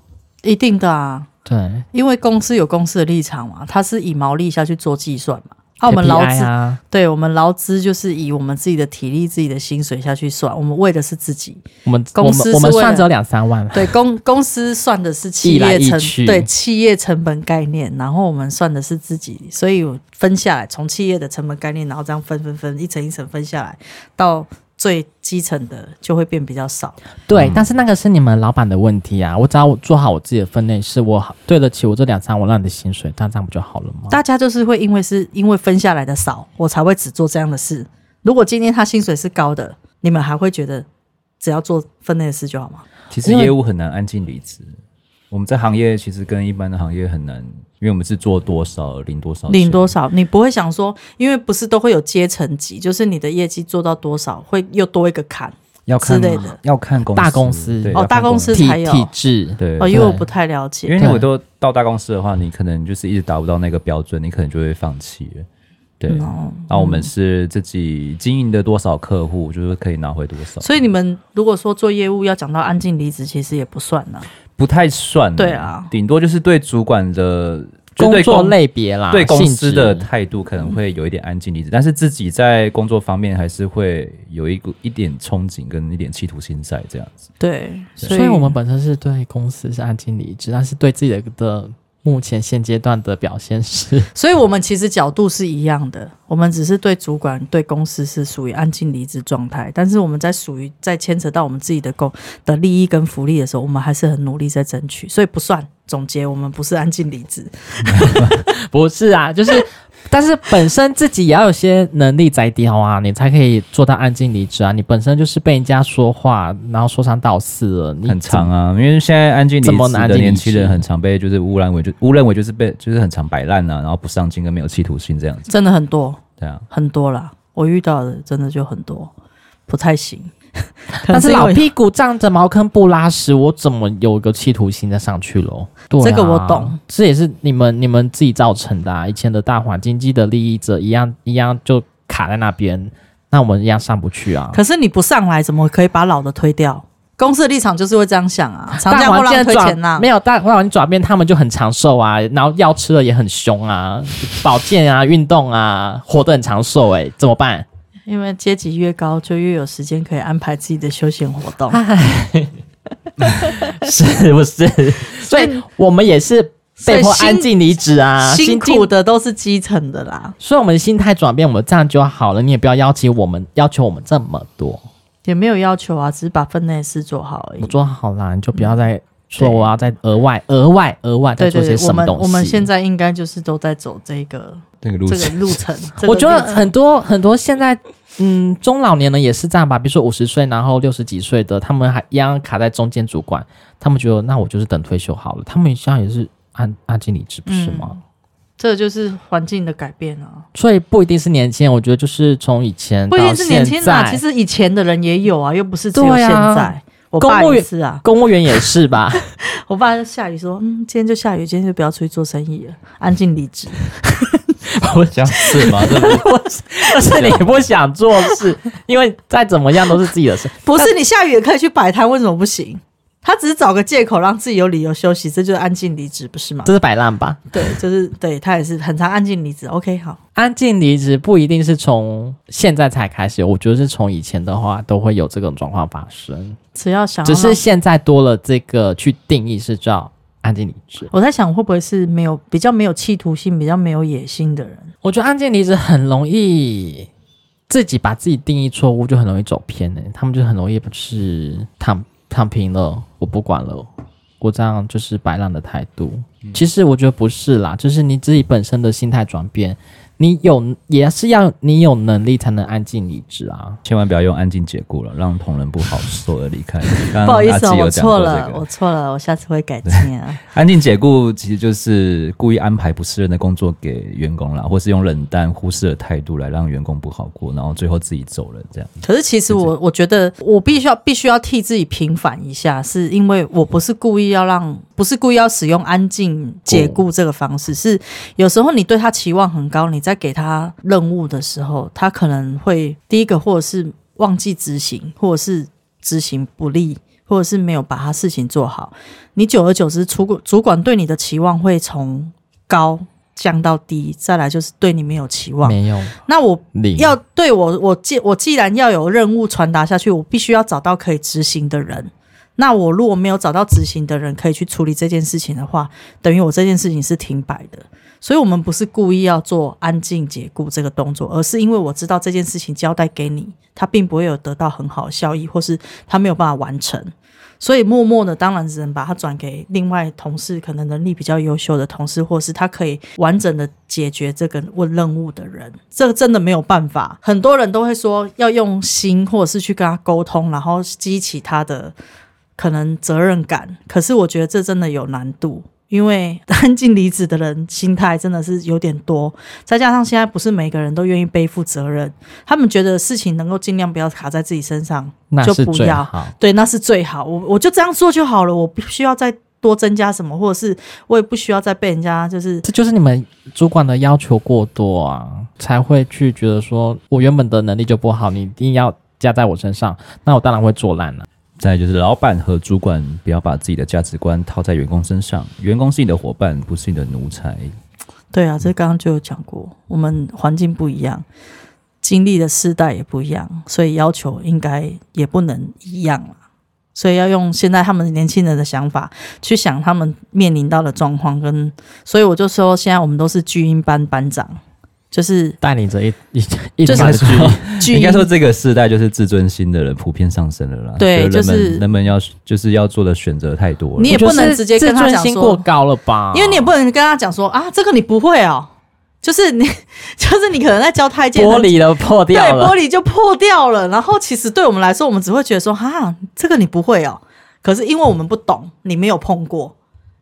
Speaker 3: 一定的啊，
Speaker 2: 对，
Speaker 3: 因为公司有公司的立场嘛，它是以毛利下去做计算嘛。啊，我们劳
Speaker 2: KPI
Speaker 3: 资，
Speaker 2: 啊，
Speaker 3: 对我们劳资就是以我们自己的体力、自己的薪水下去算，我们为的是自己。
Speaker 2: 我们
Speaker 3: 公司是
Speaker 2: 我们我们
Speaker 3: 为了
Speaker 2: 算只有两三
Speaker 3: [laughs]
Speaker 2: 万，啊
Speaker 3: 对公公司算的是企
Speaker 2: 一来
Speaker 3: 业
Speaker 2: 一
Speaker 3: 成
Speaker 2: 去
Speaker 3: 对企业成本概念，然后我们算的是自己，所以我分下来从企业的成本概念，然后这样分分分一层一层分下来，到最基层的就会变比较少。
Speaker 2: 对，但是那个是你们老板的问题啊。我只要做好我自己的分内事，我对得起我这两三万让你的薪水，那这样不就好了吗？
Speaker 3: 大家就是会因为是因为分下来的少，我才会只做这样的事。如果今天他薪水是高的，你们还会觉得只要做分内的事就好吗？
Speaker 1: 其实业务很难安静离职。我们在行业其实跟一般的行业很难，因为我们是做多少领多
Speaker 2: 哦
Speaker 1: 少钱，
Speaker 3: 领多少？你不会想说，因为不是都会有阶层级，就是你的业绩做到多少，会又多一个坎。
Speaker 1: 要看
Speaker 3: 之类的
Speaker 1: 要看公司
Speaker 2: 大公司
Speaker 1: 对
Speaker 2: 哦
Speaker 1: 要看
Speaker 3: 大公司
Speaker 2: 体
Speaker 3: 还有
Speaker 2: 体制，
Speaker 1: 对，
Speaker 3: 哦，因为我
Speaker 2: 对
Speaker 3: 不太了解，
Speaker 1: 因为我都到大公司的话，你可能就是一直达不到那个标准，你可能就会放弃了。对，
Speaker 3: 嗯
Speaker 1: 然
Speaker 3: 哦
Speaker 1: 后我们是自己经营的多少客户，就是可以拿回多少，
Speaker 3: 所以你们如果说做业务要讲到安静离职，其实也不算啊呢。
Speaker 1: 不太算。
Speaker 3: 对啊，
Speaker 1: 顶多就是对主管的就
Speaker 2: 工
Speaker 1: 对
Speaker 2: 作
Speaker 1: 公
Speaker 2: 类别啦，
Speaker 1: 对公
Speaker 2: 性
Speaker 1: 司
Speaker 2: 质
Speaker 1: 的态度可能会有一点安静离职，但是自己在工作方面还是会有一股一点憧憬跟一点企图心在这样子。
Speaker 3: 对，
Speaker 2: 所
Speaker 3: 所
Speaker 2: 以我们本身是对公司是按经理职，但是对自己的的目前现阶段的表现是， [laughs]
Speaker 3: 所以我们其实角度是一样的，我们只是对主管、对公司是属于安静离职状态，但是我们在属于在牵扯到我们自己的公的利益跟福利的时候，我们还是很努力在争取，所以不算。总结，我们不是安静离职，
Speaker 2: 不是啊？就是， [laughs] 但是本身自己也要有些能力摘雕啊，你才可以做到按经理职啊。你本身就是被人家说话，然后说三道四了，你
Speaker 1: 很
Speaker 2: 长
Speaker 1: 长啊，因为现在安静离
Speaker 2: 怎么
Speaker 1: 职
Speaker 2: 拿
Speaker 1: 的
Speaker 2: 进
Speaker 1: 年
Speaker 2: 离
Speaker 1: 轻
Speaker 2: 职
Speaker 1: 人很常被就是误认为就误认为就是被就是很常摆烂啊，然后不上进跟没有企图心这样子。
Speaker 3: 真的很多
Speaker 1: 对啊，
Speaker 3: 很多啦，我遇到的真的就很多，不太行。
Speaker 2: 但是老
Speaker 3: 可能因为
Speaker 2: 屁股仗着茅坑不拉屎，我怎么有个企图心再上去喽？对、
Speaker 3: 这个我懂，
Speaker 2: 这也是你们你们自己造成的、啊。以前的大环境、既得利益者一样一样就卡在那边，那我们一样上不去啊。
Speaker 3: 可是你不上来，怎么可以把老的推掉？公司的立场就是会这样想
Speaker 2: [laughs]
Speaker 3: 啊，长
Speaker 2: 大
Speaker 3: 江后
Speaker 2: 环
Speaker 3: 浪
Speaker 2: 境
Speaker 3: 推啊
Speaker 2: 的
Speaker 3: 前
Speaker 2: 转
Speaker 3: 浪
Speaker 2: 没。有大大环境转变，他们就很长寿啊，然后药吃的也很凶啊， [laughs] 保健啊、运动啊，活得很长寿哎、怎么 [laughs] 办？
Speaker 3: 因为阶级越高，就越有时间可以安排自己的休闲活动。
Speaker 2: 是不是？所以我们也是
Speaker 3: 所
Speaker 2: 被迫
Speaker 3: 以心
Speaker 2: 安静离职啊，
Speaker 3: 辛
Speaker 2: 心境
Speaker 3: 苦的都是基层的啦，
Speaker 2: 所以我们的心态转变，我们这样就好了。你也不要要求我们要求我们这么多，
Speaker 3: 也没有要求啊，只是把分内的事做好而已
Speaker 2: 我。做好啦，你就不要再说我要再额外、额外、额外再
Speaker 3: 对
Speaker 2: 做
Speaker 3: 对
Speaker 2: 些
Speaker 3: 对，我
Speaker 2: 什么
Speaker 3: 们
Speaker 2: 东西。
Speaker 3: 我们现在应该就是都在走这个
Speaker 1: 这个路
Speaker 3: 这
Speaker 1: 线
Speaker 3: 个路程。
Speaker 2: [laughs] 我觉得
Speaker 3: 这个路程
Speaker 2: 很多很多现在嗯中老年人也是这样吧，比如说五十岁然后六十几岁的，他们还一样卡在中间主管，他们觉得那我就是等退休好了，他们现在也是按按经理制不是
Speaker 3: 嗯
Speaker 2: 吗？
Speaker 3: 这就是环境的改变啊，
Speaker 2: 所以不一定是年轻人，我觉得就是从以前
Speaker 3: 不
Speaker 2: 到
Speaker 3: 一
Speaker 2: 现在，
Speaker 3: 定是年轻人啊，其实以前的人也有啊，又不是只有
Speaker 2: 对
Speaker 3: 现
Speaker 2: 啊
Speaker 3: 在。我爸
Speaker 2: 公务
Speaker 3: 也
Speaker 2: 员
Speaker 3: 是啊，
Speaker 2: 公务员也是
Speaker 3: [laughs]
Speaker 2: 吧。
Speaker 3: 我爸就下雨说，嗯，今天就下雨，今天就不要出去做生意了，安静离 [laughs] 职。
Speaker 1: 我讲是吗？ [laughs] 这不
Speaker 2: 但是你不想做事，因为再怎么样都是自己的事。
Speaker 3: 不是你下雨也可以去摆摊，为什么不行？他只是找个借口让自己有理由休息，这就是安静离职，不是吗？
Speaker 2: 这是摆烂吧？
Speaker 3: 对，就是对他也是很常安静离职。OK，好，
Speaker 2: 安静离职不一定是从现在才开始，我觉得是从以前的话都会有这种状况发生，
Speaker 3: 只要想要
Speaker 2: 只
Speaker 3: 让
Speaker 2: 是现在多了这个去定义是叫安静离职。
Speaker 3: 我在想，会不会是没有比较没有企图心、比较没有野心的人？
Speaker 2: 我觉得安静离职很容易自己把自己定义错误，就很容易走偏了、他们就很容易不是躺躺平了，我不管了，我这样嗯就是摆烂的态度。其实我觉得不是啦，就是你自己本身的心态转变，你有也是要你有能力才能安静离职啊。
Speaker 1: 千万不要用安静解雇了，让同仁不好受的离开。刚刚
Speaker 3: 不好意思、
Speaker 1: 阿
Speaker 3: 啊，
Speaker 1: 吉有
Speaker 3: 我
Speaker 1: 讲过
Speaker 3: 错
Speaker 1: 这
Speaker 3: 了，
Speaker 1: 个
Speaker 3: 我错了，我下次会改进啊。
Speaker 1: 安静解雇其实就是故意安排不适任的工作给员工啦，或是用冷淡忽视的态度来让员工不好过，然后最后自己走人这样。
Speaker 3: 可是其实我我觉得我必须要必须要替自己平反一下，是因为我不是故意要让，不是故意要使用安静解雇这个方
Speaker 2: 哦
Speaker 3: 式，是有时候你对他期望很高，你在给他任务的时候，他可能会第一个或者是忘记执行，或者是执行不力。或者是没有把他事情做好，你久而久之，主管主管对你的期望会从高降到低，再来就是对你没有期望。
Speaker 2: 没有
Speaker 3: 那我
Speaker 2: 零
Speaker 3: 要对我，我既我既然要有任务传达下去，我必须要找到可以执行的人。那我如果没有找到执行的人可以去处理这件事情的话，等于我这件事情是停摆的。所以，我们不是故意要做安静解雇这个动作，而是因为我知道这件事情交代给你，它并不会有得到很好的效益，或是它没有办法完成。所以，默默的当然只能把它转给另外同事，可能能力比较优秀的同事，或是他可以完整的解决这个问任务的人。这个真的没有办法，很多人都会说要用心，或者是去跟他沟通，然后激起他的可能责任感。可是，我觉得这真的有难度。因为安静离职的人心态真的是有点多，再加上现在不是每个人都愿意背负责任，他们觉得事情能够尽量不要卡在自己身上，
Speaker 2: 那
Speaker 3: 就是不
Speaker 2: 最
Speaker 3: 要
Speaker 2: 好。
Speaker 3: 对，那是最好。我我就这样做就好了，我不需要再多增加什么，或者是我也不需要再被人家就是
Speaker 2: 这就是你们主管的要求过多啊，才会去觉得说我原本的能力就不好，你一定要加在我身上，那我当然会做烂了、
Speaker 1: 再来就是老板和主管不要把自己的价值观套在员工身上，员工是你的伙伴，不是你的奴才。
Speaker 3: 对啊，这刚刚就有讲过，我们环境不一样，经历的世代也不一样，所以要求应该也不能一样了。所以要用现在他们年轻人的想法去想他们面临到的状况跟，所以我就说现在我们都是巨婴班班长，
Speaker 1: [laughs]
Speaker 3: 就是
Speaker 2: 带领着一 [laughs] 一一
Speaker 3: 就是
Speaker 2: 团的巨婴
Speaker 3: 巨
Speaker 1: 应
Speaker 3: 婴
Speaker 1: 该说这个时代就是自尊心的人普遍上升了啦。所
Speaker 3: 对
Speaker 1: 以人们
Speaker 3: 就是
Speaker 1: 人们要就是要做的选择太多了。
Speaker 3: 你也不能直接跟他
Speaker 2: 就是
Speaker 3: 讲
Speaker 2: 自尊心
Speaker 3: 说
Speaker 2: 过高了吧？
Speaker 3: 因为你也不能跟他讲说啊，这个你不会哦，就是你， [laughs] 就是你可能在教太监，
Speaker 2: 玻璃了破
Speaker 3: 对
Speaker 2: 掉了
Speaker 3: 玻，璃就破掉了。然后其实对我们来说，我们只会觉得说哈，这个你不会哦。可是因为我们不懂，你没有碰过，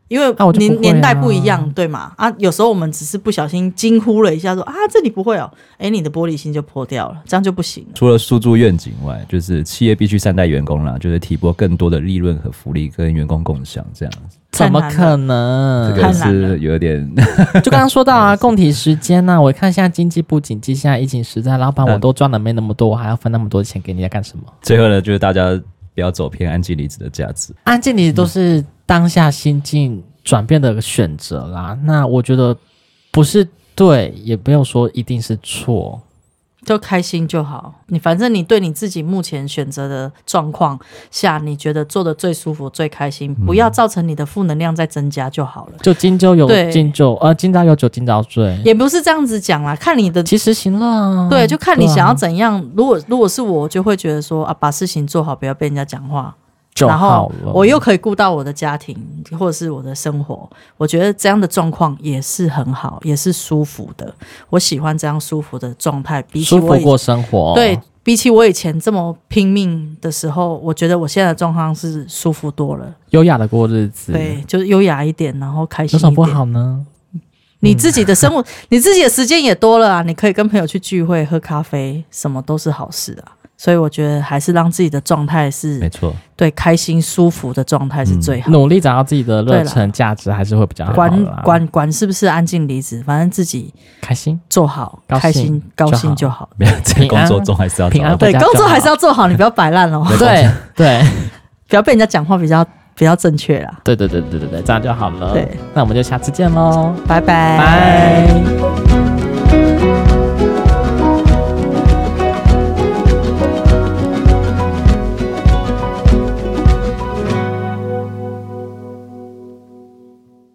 Speaker 3: 因为
Speaker 2: 啊我就不
Speaker 3: 年、
Speaker 2: 会啊
Speaker 3: 年代不一样，对吗？啊，有时候我们只是不小心惊呼了一下说，啊，这你不会哦，哎，你的玻璃心就破掉了，这样就不行了。
Speaker 1: 除了输出愿景外，就是企业必须善待员工啦，就是提拨更多的利润和福利跟员工共享，这样子
Speaker 2: 怎么
Speaker 3: 太难
Speaker 2: 可
Speaker 3: 了
Speaker 2: 能？
Speaker 1: 这个
Speaker 3: 太难了
Speaker 1: 是有点
Speaker 2: 就刚刚说到啊，供体时间呐、我看现在经济不景气，现在疫情时代，老
Speaker 1: 嗯
Speaker 2: 板我都赚的没那么多，我还要分那么多钱给你，在干什么？
Speaker 1: 最后呢，就是大家不要走偏安静离子的价值。
Speaker 2: 安静离职啊都是当下心境转变的选择啦。那我觉得不是对，也不用说一定是错。
Speaker 3: 就开心就好。你反正你对你自己目前选择的状况下，你觉得做的最舒服、最开心，
Speaker 2: 嗯
Speaker 3: 不要造成你的负能量再增加就好了。
Speaker 2: 就今朝有
Speaker 3: 对
Speaker 2: 今朝，呃，今朝有酒今朝醉，
Speaker 3: 也不是这样子讲啦，看你的。
Speaker 2: 及时行乐啊。
Speaker 3: 对，就看你
Speaker 2: 对啊
Speaker 3: 想要怎样。如果如果是我，我就会觉得说啊，把事情做好，不要被人家讲话，
Speaker 2: 就
Speaker 3: 然
Speaker 2: 好
Speaker 3: 后
Speaker 2: 了。
Speaker 3: 我又可以顾到我的家庭或者是我的生活。我觉得这样的状况也是很好，也是舒服的。我喜欢这样舒服的状态，比起
Speaker 2: 舒
Speaker 3: 我
Speaker 2: 服
Speaker 3: 以
Speaker 2: 过生活，
Speaker 3: 对，比起我以前这么拼命的时候，我觉得我现在的状况是舒服多了。
Speaker 2: 优雅的过日子，
Speaker 3: 对，就是优雅一点，然后开心
Speaker 2: 有
Speaker 3: 一
Speaker 2: 什么
Speaker 3: 点。
Speaker 2: 不好嗯呢？
Speaker 3: 你自己的生
Speaker 2: [laughs]
Speaker 3: 活，你自己的时间也多了啊，你可以跟朋友去聚会、喝咖啡，什么都是好事啊。所以我觉得还是让自己的状态
Speaker 1: 没
Speaker 2: 嗯
Speaker 3: 是
Speaker 1: 错，
Speaker 3: 对开心、舒服的状态是最好。
Speaker 2: 努力找到自己的热忱价值，还是会比嗯较好啦
Speaker 3: 管管管是不是安静离职，反正自己 [laughs]
Speaker 2: 开心。
Speaker 3: 做好，
Speaker 2: 高兴
Speaker 3: 开心
Speaker 2: 就好
Speaker 3: 高兴就好。
Speaker 1: 没有在工作中还是要找
Speaker 2: 平安
Speaker 1: 到
Speaker 3: 对，
Speaker 2: 回家
Speaker 3: 工
Speaker 2: 就
Speaker 3: 作
Speaker 2: 好
Speaker 3: 还是要做好，你不要摆烂
Speaker 2: [laughs]
Speaker 3: 哦，
Speaker 2: 对对
Speaker 3: 不要被人家讲话比较比较正确啦。
Speaker 2: 对对对对对对，这样就好了。
Speaker 3: 对，
Speaker 2: 那我们就下次见喽，
Speaker 3: 拜拜
Speaker 2: 拜。